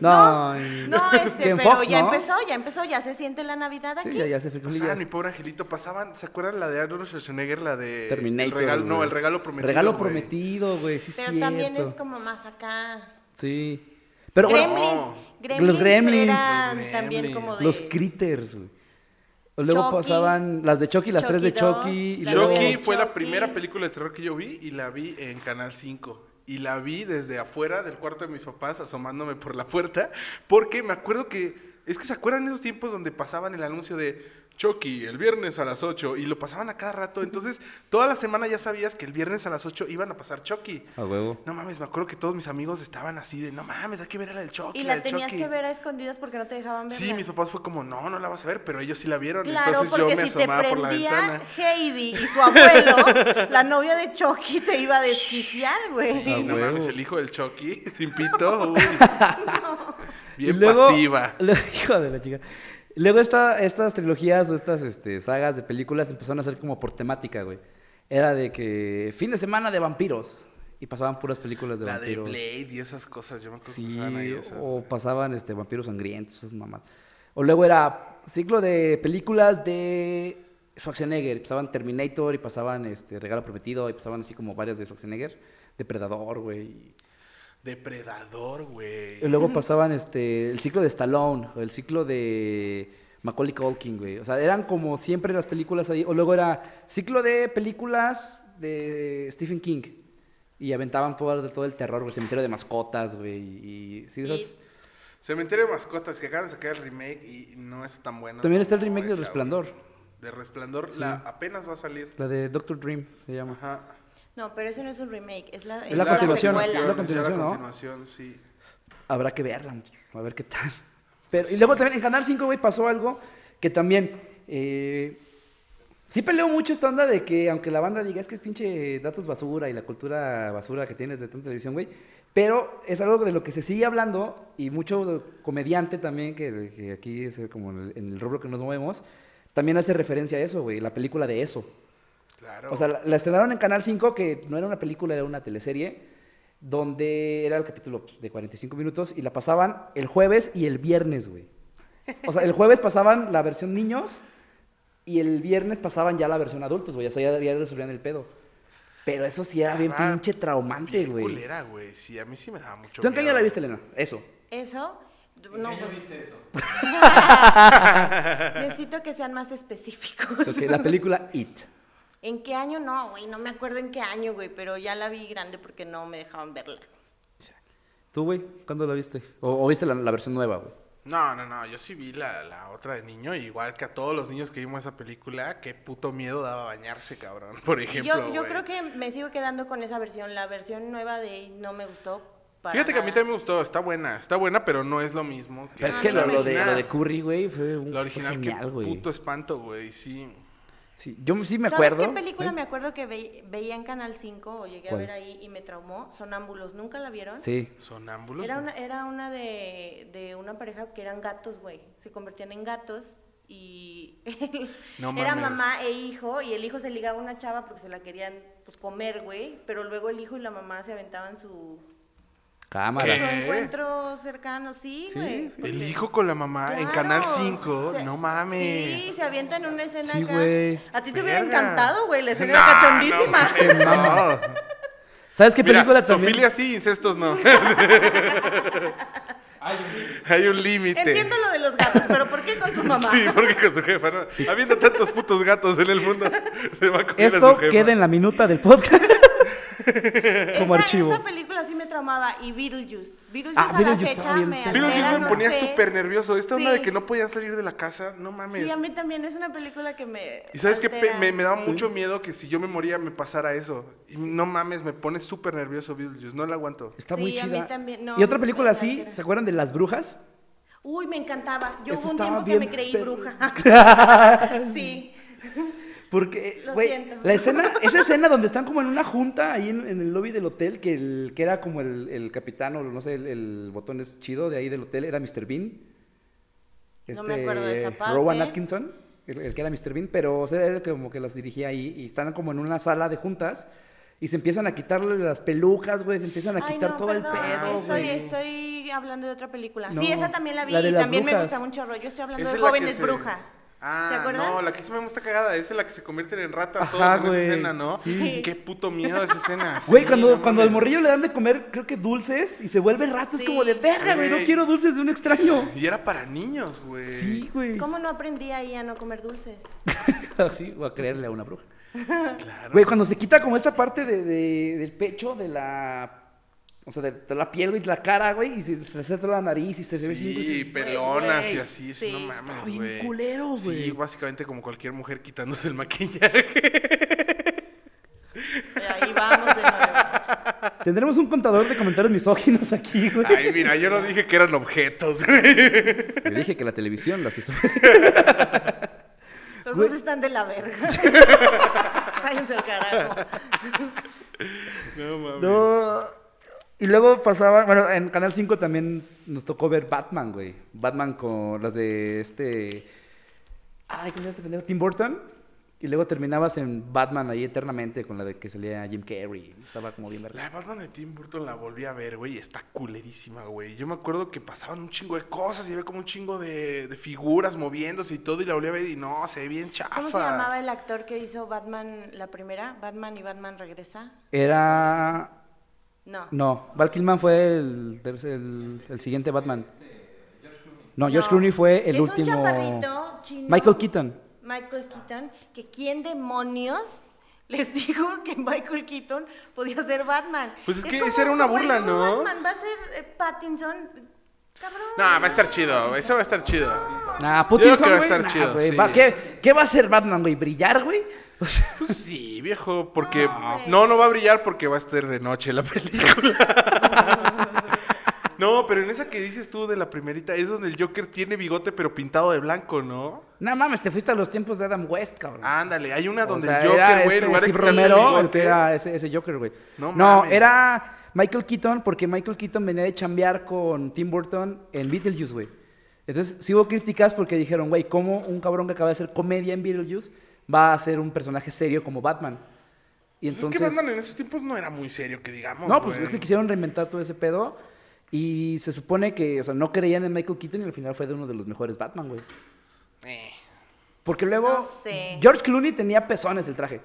Speaker 6: No,
Speaker 7: No, este,
Speaker 6: que en
Speaker 7: pero
Speaker 6: Fox,
Speaker 7: ya
Speaker 6: ¿no?
Speaker 7: empezó, ya empezó, ya se siente la Navidad aquí.
Speaker 6: Sí, ya, ya se fue.
Speaker 8: Pasaban mi pobre angelito. Pasaban, ¿se acuerdan la de Arnold Schwarzenegger? La de.
Speaker 6: Terminator.
Speaker 8: El regalo, no,
Speaker 6: güey.
Speaker 8: el regalo prometido.
Speaker 6: Regalo
Speaker 8: güey.
Speaker 6: prometido, güey. Sí,
Speaker 7: Pero
Speaker 6: cierto.
Speaker 7: también es como más acá.
Speaker 6: Sí. Pero bueno,
Speaker 7: Gremlins,
Speaker 8: No.
Speaker 7: Gremlins
Speaker 6: Los Gremlins.
Speaker 7: eran
Speaker 8: Los
Speaker 7: también
Speaker 8: Gremlins.
Speaker 7: como de
Speaker 6: los critters, güey. Luego
Speaker 7: Chucky.
Speaker 6: pasaban las de Chucky, las tres de
Speaker 7: Chucky dos,
Speaker 6: Chucky. Y
Speaker 7: la
Speaker 6: luego...
Speaker 8: Chucky fue la
Speaker 7: Chucky.
Speaker 8: primera película de terror que yo vi y la vi en Canal 5. Y la vi desde afuera del cuarto de mis papás asomándome por la puerta porque me acuerdo que... Es que se acuerdan esos tiempos donde pasaban el anuncio de Chucky el viernes a las 8 y lo pasaban a cada rato. Entonces, toda la semana ya sabías que el viernes a las 8 iban a pasar Chucky.
Speaker 6: A huevo.
Speaker 8: No mames, me acuerdo que todos mis amigos estaban así de, no mames, hay que ver la del Chucky.
Speaker 7: y la
Speaker 8: del
Speaker 7: tenías
Speaker 8: Chucky".
Speaker 7: que ver a escondidas porque no te dejaban verla.
Speaker 8: Sí, mis papás fue como, no, no la vas a ver, pero ellos sí la vieron.
Speaker 7: Claro,
Speaker 8: entonces yo
Speaker 7: porque
Speaker 8: me
Speaker 7: si te
Speaker 8: asomaba por la
Speaker 7: prendía
Speaker 8: ventana.
Speaker 7: Heidi y
Speaker 8: *laughs*
Speaker 7: su abuelo, la novia de Chucky te iba a desquiciar, güey.
Speaker 6: Ah,
Speaker 8: Y
Speaker 7: *laughs*
Speaker 8: no
Speaker 6: huevo.
Speaker 8: mames, el hijo del Chucky, *laughs* sin pito,
Speaker 6: *laughs*
Speaker 8: uy. Bien
Speaker 6: Y luego- *laughs*
Speaker 8: pasiva.
Speaker 6: luego- hijo de la chica. Luego esta- estas trilogías o estas este, sagas de películas empezaron a ser como por temática, güey. Era de que fin de semana de vampiros. Y pasaban puras películas de
Speaker 8: La de
Speaker 6: vampiros.
Speaker 8: Blade y esas cosas, yo me acuerdo que
Speaker 6: sí,
Speaker 8: pasaban ahí esas.
Speaker 6: o pasaban este, vampiros sangrientos, esas mamás. O luego era ciclo de películas de Schwarzenegger. Pasaban Terminator y pasaban este, Regalo Prometido y pasaban así como varias de Schwarzenegger. Depredador, güey.
Speaker 8: Depredador, güey.
Speaker 6: Y luego pasaban este, el ciclo de Stallone, o el ciclo de Macaulay Culkin, güey. O sea, eran como siempre las películas ahí. O luego era ciclo de películas de Stephen King. Y aventaban por todo el terror, güey. Cementerio de mascotas, güey. Y, sí, esas-
Speaker 8: Cementerio de Mascotas, que acaban de sacar el remake y no es tan bueno.
Speaker 6: También está el
Speaker 8: como
Speaker 6: remake de
Speaker 8: esa,
Speaker 6: Resplandor.
Speaker 8: güey. De Resplandor, la apenas va a salir.
Speaker 6: La de Doctor Dream se llama.
Speaker 8: Ajá.
Speaker 7: No, pero ese no es un remake, es la,
Speaker 6: Es la continuación,
Speaker 7: secuela.
Speaker 6: es la
Speaker 8: es la
Speaker 6: continuación, ¿no?
Speaker 8: continuación, sí.
Speaker 6: Habrá que verla, muchacho, a ver qué tal. Pero, y luego también en Canal 5, güey, pasó algo que también. eh, sí peleo mucho esta onda de que, aunque la banda diga es que es pinche datos basura y la cultura basura que tienes de tanta televisión, güey. Pero es algo de lo que se sigue hablando y mucho comediante también, que, que aquí es como en el, en el rubro que nos movemos, también hace referencia a eso, güey, la película de eso.
Speaker 8: Claro.
Speaker 6: O sea, la, la estrenaron en Canal 5, que no era una película, era una teleserie, donde era el capítulo pues, de 45 minutos y la pasaban el jueves y el viernes, güey. O sea, el jueves pasaban la versión niños y el viernes pasaban ya la versión adultos, güey. O sea, ya, ya resolvían el pedo. Pero eso sí era bien
Speaker 8: Ah,
Speaker 6: pinche traumante,
Speaker 8: Bien
Speaker 6: güey.
Speaker 8: culera, güey. Sí, a mí sí me daba mucho
Speaker 6: ¿Tú en qué año
Speaker 8: miedo.
Speaker 6: la viste, Elena? Eso.
Speaker 7: Eso,
Speaker 9: ¿En
Speaker 7: no,
Speaker 9: qué año
Speaker 7: pues,
Speaker 9: viste eso?
Speaker 7: *laughs* necesito que sean más específicos.
Speaker 6: Ok, la película It.
Speaker 7: ¿En qué año? No, güey, no me acuerdo en qué año, güey, pero ya la vi grande porque no me dejaban verla.
Speaker 6: ¿Tú, güey? ¿Cuándo la viste? ¿O, o viste la, la versión nueva, güey?
Speaker 8: No, no, no. Yo sí vi la, la otra de niño. Igual que a todos los niños que vimos esa película, qué puto miedo daba bañarse, cabrón. *laughs* Por ejemplo.
Speaker 7: yo yo
Speaker 8: güey.
Speaker 7: creo que me sigo quedando con esa versión, la versión nueva de no me gustó. Para
Speaker 8: Fíjate que a mí
Speaker 7: nada.
Speaker 8: también me gustó. Está buena. Está buena, pero no es lo mismo.
Speaker 6: Pero es
Speaker 7: Ah,
Speaker 6: que lo,
Speaker 7: no, la
Speaker 6: lo de,
Speaker 8: original.
Speaker 6: lo de Curry, güey, fue un
Speaker 8: La original,
Speaker 6: fue genial,
Speaker 8: qué
Speaker 6: güey.
Speaker 8: puto espanto, güey. Sí.
Speaker 6: Sí, yo sí me
Speaker 7: ¿Sabes
Speaker 6: acuerdo.
Speaker 7: qué película
Speaker 6: ¿Eh?
Speaker 7: me acuerdo que ve- veía en Canal 5 o llegué
Speaker 6: ¿Cuál?
Speaker 7: a ver ahí y me traumó? Sonámbulos, ¿nunca la vieron?
Speaker 6: Sí.
Speaker 8: Sonámbulos.
Speaker 7: Era
Speaker 8: güey.
Speaker 7: una, era una de, de una pareja que eran gatos, güey. Se convertían en gatos y
Speaker 8: *laughs* No
Speaker 7: *laughs* era
Speaker 8: mames.
Speaker 7: mamá e hijo y el hijo se ligaba a una chava porque se la querían pues comer, güey, pero luego el hijo y la mamá se aventaban su, su
Speaker 6: Cámara.
Speaker 8: ¿Qué?
Speaker 7: encuentro cercano, sí,
Speaker 6: Sí,
Speaker 7: güey.
Speaker 6: sí.
Speaker 8: El hijo con la mamá Ah, en
Speaker 7: Claro.
Speaker 8: Canal 5.
Speaker 7: Se-
Speaker 8: No mames.
Speaker 7: Sí, se avientan una escena
Speaker 6: Sí,
Speaker 7: acá.
Speaker 6: güey.
Speaker 7: A ti te hubiera
Speaker 8: Verga.
Speaker 7: encantado, güey, la escena
Speaker 8: No,
Speaker 7: era cachondísima.
Speaker 8: no mames, *laughs* no.
Speaker 6: ¿Sabes qué película
Speaker 8: Mira,
Speaker 6: también?
Speaker 8: Sofilia sí, incestos
Speaker 7: *laughs*
Speaker 8: no. *laughs*
Speaker 9: Ay, un libro.
Speaker 8: Hay un límite.
Speaker 7: *laughs* Entiendo lo de los gatos, pero ¿por qué con su mamá?
Speaker 8: Sí, porque con su jefa, ¿no? Habiendo tantos putos gatos en el mundo, *laughs* se va a comer a
Speaker 6: Esto
Speaker 8: su jefa.
Speaker 6: queda en la minuta del podcast. *laughs* como
Speaker 7: esa,
Speaker 6: archivo.
Speaker 7: Esa película sí me tramaba y Beetlejuice. Beetlejuice
Speaker 6: Ah,
Speaker 7: a
Speaker 6: Beetlejuice
Speaker 7: la fecha
Speaker 6: estaba bien
Speaker 7: me
Speaker 6: perro.
Speaker 7: altera,
Speaker 8: Beetlejuice me
Speaker 7: no
Speaker 8: ponía
Speaker 7: sé.
Speaker 8: súper nervioso. Esta onda
Speaker 7: Sí.
Speaker 8: de que no podían salir de la casa, no mames.
Speaker 7: Sí, a mí también es una película que me
Speaker 8: Y sabes que
Speaker 7: altera.
Speaker 8: me, me daba mucho miedo que si yo me moría me pasara eso. Y no mames, me pone súper nervioso Beetlejuice, no la aguanto.
Speaker 6: Está
Speaker 7: Sí,
Speaker 6: muy
Speaker 7: a mí
Speaker 6: chida.
Speaker 7: también, no,
Speaker 6: y otra
Speaker 7: me-
Speaker 6: película
Speaker 7: me
Speaker 6: así,
Speaker 7: altera.
Speaker 6: ¿se acuerdan de Las Brujas?
Speaker 7: Uy, me encantaba. Yo
Speaker 6: Esa
Speaker 7: hubo un
Speaker 6: estaba
Speaker 7: tiempo que
Speaker 6: bien
Speaker 7: me creí
Speaker 6: perra.
Speaker 8: *laughs*
Speaker 6: *laughs*
Speaker 7: bruja. *laughs* sí.
Speaker 6: Porque,
Speaker 7: Lo
Speaker 6: güey,
Speaker 7: siento.
Speaker 6: la escena, esa escena donde están como en una junta ahí en, en el lobby del hotel, que el que era como el, el capitán o no sé, el, el botón es chido de ahí del hotel, era Mr. Bean. Este,
Speaker 7: No me acuerdo de esa parte.
Speaker 6: Rowan Atkinson, el, el que era Mr. Bean, pero o sea, era el que como que las dirigía ahí y están como en una sala de juntas y se empiezan a quitarle las pelucas, güey, se empiezan a
Speaker 7: Ay,
Speaker 6: quitar
Speaker 7: no,
Speaker 6: todo
Speaker 7: perdón,
Speaker 6: el pedo,
Speaker 7: Estoy,
Speaker 6: güey.
Speaker 7: estoy hablando de otra película.
Speaker 6: No,
Speaker 7: sí, esa también la vi
Speaker 6: la de
Speaker 7: y
Speaker 6: las
Speaker 7: también
Speaker 6: brujas.
Speaker 7: me gusta mucho rollo. Estoy hablando
Speaker 8: Esa
Speaker 7: de
Speaker 8: es la que
Speaker 7: jóvenes
Speaker 8: se-
Speaker 7: brujas.
Speaker 8: Ah,
Speaker 7: ¿Se acuerdan?
Speaker 8: no, la que se me gusta cagada, esa es la que se convierten en ratas todos
Speaker 6: Ajá,
Speaker 8: en
Speaker 6: güey.
Speaker 8: esa escena, ¿no?
Speaker 6: Sí.
Speaker 8: Qué puto miedo esa escena.
Speaker 6: Güey,
Speaker 8: Sí,
Speaker 6: cuando,
Speaker 8: no
Speaker 6: cuando al
Speaker 8: mames.
Speaker 6: morrillo le dan de comer, creo que dulces y se vuelve rato, es
Speaker 7: Sí.
Speaker 6: como de verga, güey, no
Speaker 8: Güey.
Speaker 6: quiero dulces de un extraño.
Speaker 8: Y era para niños, güey.
Speaker 6: Sí, güey.
Speaker 7: ¿Cómo no aprendí ahí a no comer dulces?
Speaker 6: *laughs* Así, o a creerle a una bruja. Güey, cuando se quita como esta parte de, de- del pecho, de la. O sea, de, de la piel, güey, de la cara, güey, y se, se le acerca la nariz y se, se ve cinco y
Speaker 8: Sí,
Speaker 6: dices,
Speaker 8: pelonas
Speaker 6: güey,
Speaker 8: y así,
Speaker 7: sí,
Speaker 8: no
Speaker 6: Está
Speaker 8: mames,
Speaker 6: bien
Speaker 8: güey.
Speaker 6: culero, güey.
Speaker 8: Sí, básicamente como cualquier mujer quitándose el maquillaje.
Speaker 7: Ahí vamos de nuevo.
Speaker 6: Tendremos un contador de comentarios misóginos aquí, güey.
Speaker 8: *laughs* Ay, mira, *laughs* yo no dije que eran objetos, güey.
Speaker 6: Le dije que la televisión las hizo.
Speaker 7: Los
Speaker 6: Güey.
Speaker 7: dos están de la
Speaker 6: *laughs*
Speaker 7: verga. Váyanse al carajo.
Speaker 8: No mames.
Speaker 6: No. Y luego pasaba, bueno, en Canal 5 también nos tocó ver Batman, güey. Batman con las de este. Ay, ¿cómo se llama este pendejo? Tim Burton. Y luego terminabas en Batman ahí eternamente con la de que salía Jim Carrey. Estaba como bien
Speaker 8: La
Speaker 6: verga.
Speaker 8: Batman de Tim Burton la volví a ver, güey, y está culerísima, güey. Yo me acuerdo que pasaban un chingo de cosas y había como un chingo de, de figuras moviéndose y todo, y la volví a ver y no, se ve bien chafa.
Speaker 7: ¿Cómo se llamaba el actor que hizo Batman la primera? ¿Batman y Batman regresa?
Speaker 6: Era.
Speaker 7: No.
Speaker 6: No, Val Kilman fue el, el, el siguiente Batman. No, George Clooney fue el
Speaker 7: Es un
Speaker 6: último.
Speaker 7: chaparrito chino.
Speaker 6: Michael Keaton.
Speaker 7: Michael Keaton, que quién demonios les *laughs* dijo que Michael Keaton podía ser Batman.
Speaker 8: Pues es que
Speaker 7: como,
Speaker 8: esa era una
Speaker 7: como el
Speaker 8: burla,
Speaker 7: nuevo
Speaker 8: ¿no?
Speaker 7: Batman va a ser eh, Pattinson. Cabrón.
Speaker 8: No, va a estar chido, eso va a estar chido.
Speaker 6: Nah,
Speaker 8: creo
Speaker 6: Pattinson,
Speaker 8: que va a
Speaker 6: güey,
Speaker 8: estar
Speaker 6: nah,
Speaker 8: chido,
Speaker 6: güey,
Speaker 8: sí.
Speaker 6: va- ¿qué, qué va a hacer Batman, güey? ¿Brillar, güey? O sea,
Speaker 8: Pues sí, viejo, porque no, no va a brillar porque va a estar de noche la *laughs* película. No, pero en esa que dices tú de la primerita, es donde el Joker tiene bigote pero pintado de blanco, ¿no?
Speaker 6: no mames, te fuiste a los tiempos de Adam West, cabrón.
Speaker 8: Ándale, hay una
Speaker 6: O
Speaker 8: Ah, donde
Speaker 6: sea,
Speaker 8: el
Speaker 6: era
Speaker 8: Joker, güey, en
Speaker 6: este
Speaker 8: lugar de
Speaker 6: Steve
Speaker 8: quitarse el
Speaker 6: Romero, el
Speaker 8: bigote-
Speaker 6: que era ese, ese Joker, güey.
Speaker 8: No
Speaker 6: No,
Speaker 8: mames.
Speaker 6: era Michael Keaton porque Michael Keaton venía de chambear con Tim Burton en Beetlejuice, güey. Entonces, sí hubo críticas porque dijeron, güey, ¿cómo un cabrón que acaba de hacer comedia en Beetlejuice va a ser un personaje serio como Batman? Y
Speaker 8: Pues
Speaker 6: entonces...
Speaker 8: Es que Batman en esos tiempos no era muy serio, que digamos.
Speaker 6: No, pues
Speaker 8: güey.
Speaker 6: es que quisieron reinventar todo ese pedo. Y se supone que, o sea, no creían en Michael Keaton y al final fue de uno de los mejores Batman, güey.
Speaker 8: Eh.
Speaker 6: Porque luego
Speaker 7: No sé.
Speaker 6: George Clooney tenía pezones el traje.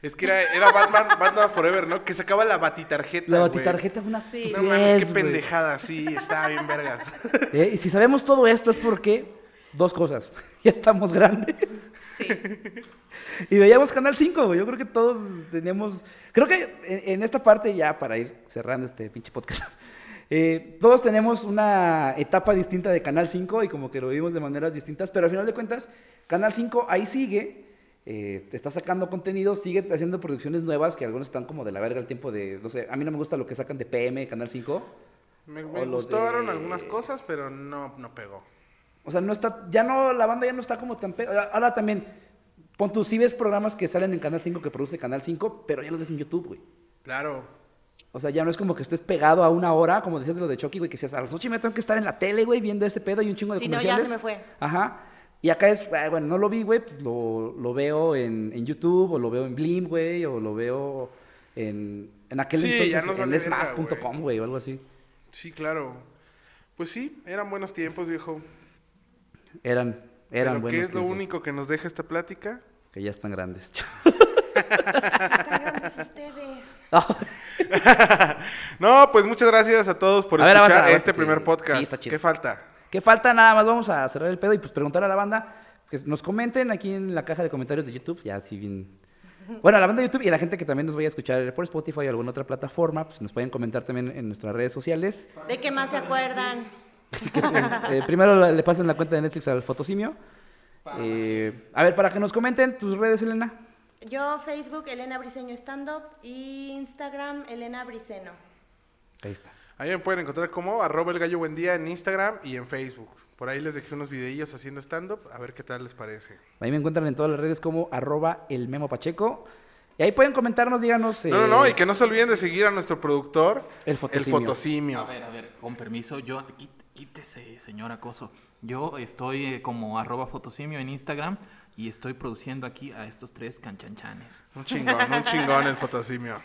Speaker 8: Es que era, era Batman, Batman Forever, ¿no? Que sacaba la batitarjeta.
Speaker 6: La
Speaker 8: güey.
Speaker 6: batitarjeta fue una sí.
Speaker 8: No mames, qué pendejada, sí, estaba bien vergas.
Speaker 6: *laughs* Eh, Y si sabemos todo esto es porque dos cosas. *laughs* ya estamos grandes. *laughs* y veíamos Canal 5, güey. Yo creo que todos teníamos... Creo que en, en esta parte, ya para ir cerrando este pinche podcast, *laughs* eh, todos tenemos una etapa distinta de Canal 5 y como que lo vivimos de maneras distintas, pero al final de cuentas, Canal 5 ahí sigue, eh, está sacando contenido, sigue haciendo producciones nuevas que algunas están como de la verga el tiempo de, no sé, a mí no me gusta lo que sacan de PM, Canal 5.
Speaker 8: Me,
Speaker 6: O
Speaker 8: me
Speaker 6: lo
Speaker 8: gustaron
Speaker 6: de-
Speaker 8: algunas cosas, pero no, no pegó.
Speaker 6: O sea, no está, ya no, la banda ya no está como tan... pe- ahora- Ahora también, pon tú, sí ves programas que salen en Canal 5, que produce Canal 5, pero ya los ves en YouTube, güey.
Speaker 8: Claro.
Speaker 6: O sea, ya no es como que estés pegado a una hora, como decías de lo de Chucky, güey, que decías, a las ocho y media tengo que estar en la tele, güey, viendo este pedo y un chingo de
Speaker 7: Sí, no, ya
Speaker 6: comerciales.
Speaker 7: se me fue.
Speaker 6: Ajá. Y acá es, "Ah, bueno, no lo vi, güey, pues lo, lo veo en, en YouTube, o lo veo en Blim, güey, o lo veo en, en aquel
Speaker 8: Sí, ya
Speaker 6: entonces
Speaker 8: nos
Speaker 6: en
Speaker 8: vale verga,
Speaker 6: esmas.com, güey, o algo así.
Speaker 8: Sí, claro. Pues sí, eran buenos tiempos, viejo.
Speaker 6: Eran, eran
Speaker 8: pero
Speaker 6: buenos
Speaker 8: ¿qué es lo
Speaker 6: tiempos,
Speaker 8: único que nos deja esta plática?
Speaker 6: Que ya están grandes. *laughs*
Speaker 7: Están grandes ustedes.
Speaker 8: no, pues muchas gracias a todos por
Speaker 6: A ver,
Speaker 8: escuchar
Speaker 6: aguanta, aguanta,
Speaker 8: este
Speaker 6: sí.
Speaker 8: primer
Speaker 6: Sí,
Speaker 8: podcast.
Speaker 6: está chido.
Speaker 8: ¿Qué falta?
Speaker 6: ¿Qué falta? Nada más vamos a cerrar el pedo y pues preguntar a la banda que nos comenten aquí en la caja de comentarios de YouTube, ya así bien. Bueno, a la banda de YouTube y a la gente que también nos vaya a escuchar por Spotify o alguna otra plataforma, pues nos pueden comentar también en nuestras redes sociales.
Speaker 7: ¿De qué más se acuerdan?
Speaker 6: Así que eh, eh, primero la- le pasen la cuenta de Netflix al Fotosimio. Eh, a ver, para que nos comenten tus redes, Elena.
Speaker 7: Yo Facebook, Elena Briseño Stand Up y Instagram, Elena Briseño.
Speaker 6: Ahí está.
Speaker 8: Ahí me pueden encontrar como arroba el gallo buen día en Instagram y en Facebook. Por ahí les dejé unos videillos haciendo stand-up, a ver qué tal les parece.
Speaker 6: Ahí me encuentran en todas las redes como arroba el Memo Pacheco. Y ahí pueden comentarnos, díganos.
Speaker 8: No, no, no,
Speaker 6: eh,
Speaker 8: y que no se olviden de seguir a nuestro productor,
Speaker 6: El Fotosimio.
Speaker 8: Fotosimio.
Speaker 9: A ver, a ver, con permiso, yo, quí- quítese, señor acoso. Yo estoy eh, como arroba fotosimio en Instagram y estoy produciendo aquí a estos tres canchanchanes.
Speaker 8: Un chingón, un chingón el Fotosimio.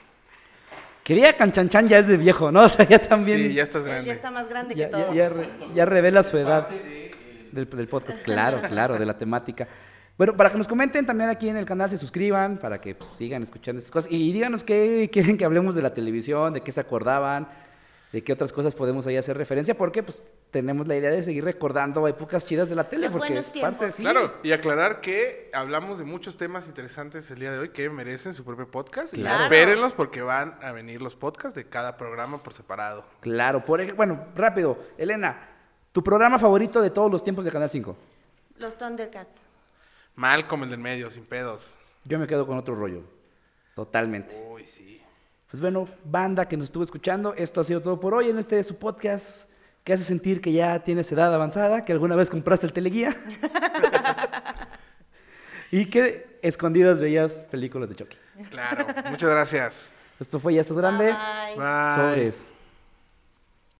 Speaker 6: Quería Canchanchan ya es de viejo, ¿no? *laughs* O sea, ya también.
Speaker 8: Sí, ya estás
Speaker 7: Ella
Speaker 8: grande.
Speaker 7: está más grande
Speaker 6: ya,
Speaker 7: que
Speaker 6: ya-
Speaker 7: todos.
Speaker 6: ya re- ya revela su edad del, del podcast, claro, claro, de la temática. Bueno, para que nos comenten también aquí en el canal, se suscriban, para que pues, sigan escuchando estas cosas. Y díganos qué quieren que hablemos de la televisión, de qué se acordaban, de qué otras cosas podemos ahí hacer referencia, porque pues tenemos la idea de seguir recordando épocas chidas de la tele,
Speaker 7: Los
Speaker 6: porque
Speaker 7: buenos
Speaker 6: es parte,
Speaker 7: tiempos.
Speaker 6: sí.
Speaker 8: Claro, y aclarar que hablamos de muchos temas interesantes el día de hoy que merecen su propio podcast. Y
Speaker 7: Claro.
Speaker 8: espérenlos porque van a venir los podcasts de cada programa por separado.
Speaker 6: Claro, por ej- bueno, rápido, Elena, tu programa favorito de todos los tiempos de Canal 5.
Speaker 7: Los Thundercats.
Speaker 8: Mal como el del medio, sin pedos.
Speaker 6: Yo me quedo con otro rollo, totalmente.
Speaker 8: Uy, sí.
Speaker 6: Pues bueno, banda que nos estuvo escuchando, esto ha sido todo por hoy en este su podcast que hace sentir que ya tienes edad avanzada, que alguna vez compraste el teleguía *laughs* y que escondidas veías películas de Chucky.
Speaker 8: Claro, muchas gracias.
Speaker 6: Esto fue Ya Estás Grande.
Speaker 7: Bye.
Speaker 8: Bye.
Speaker 6: Sobres.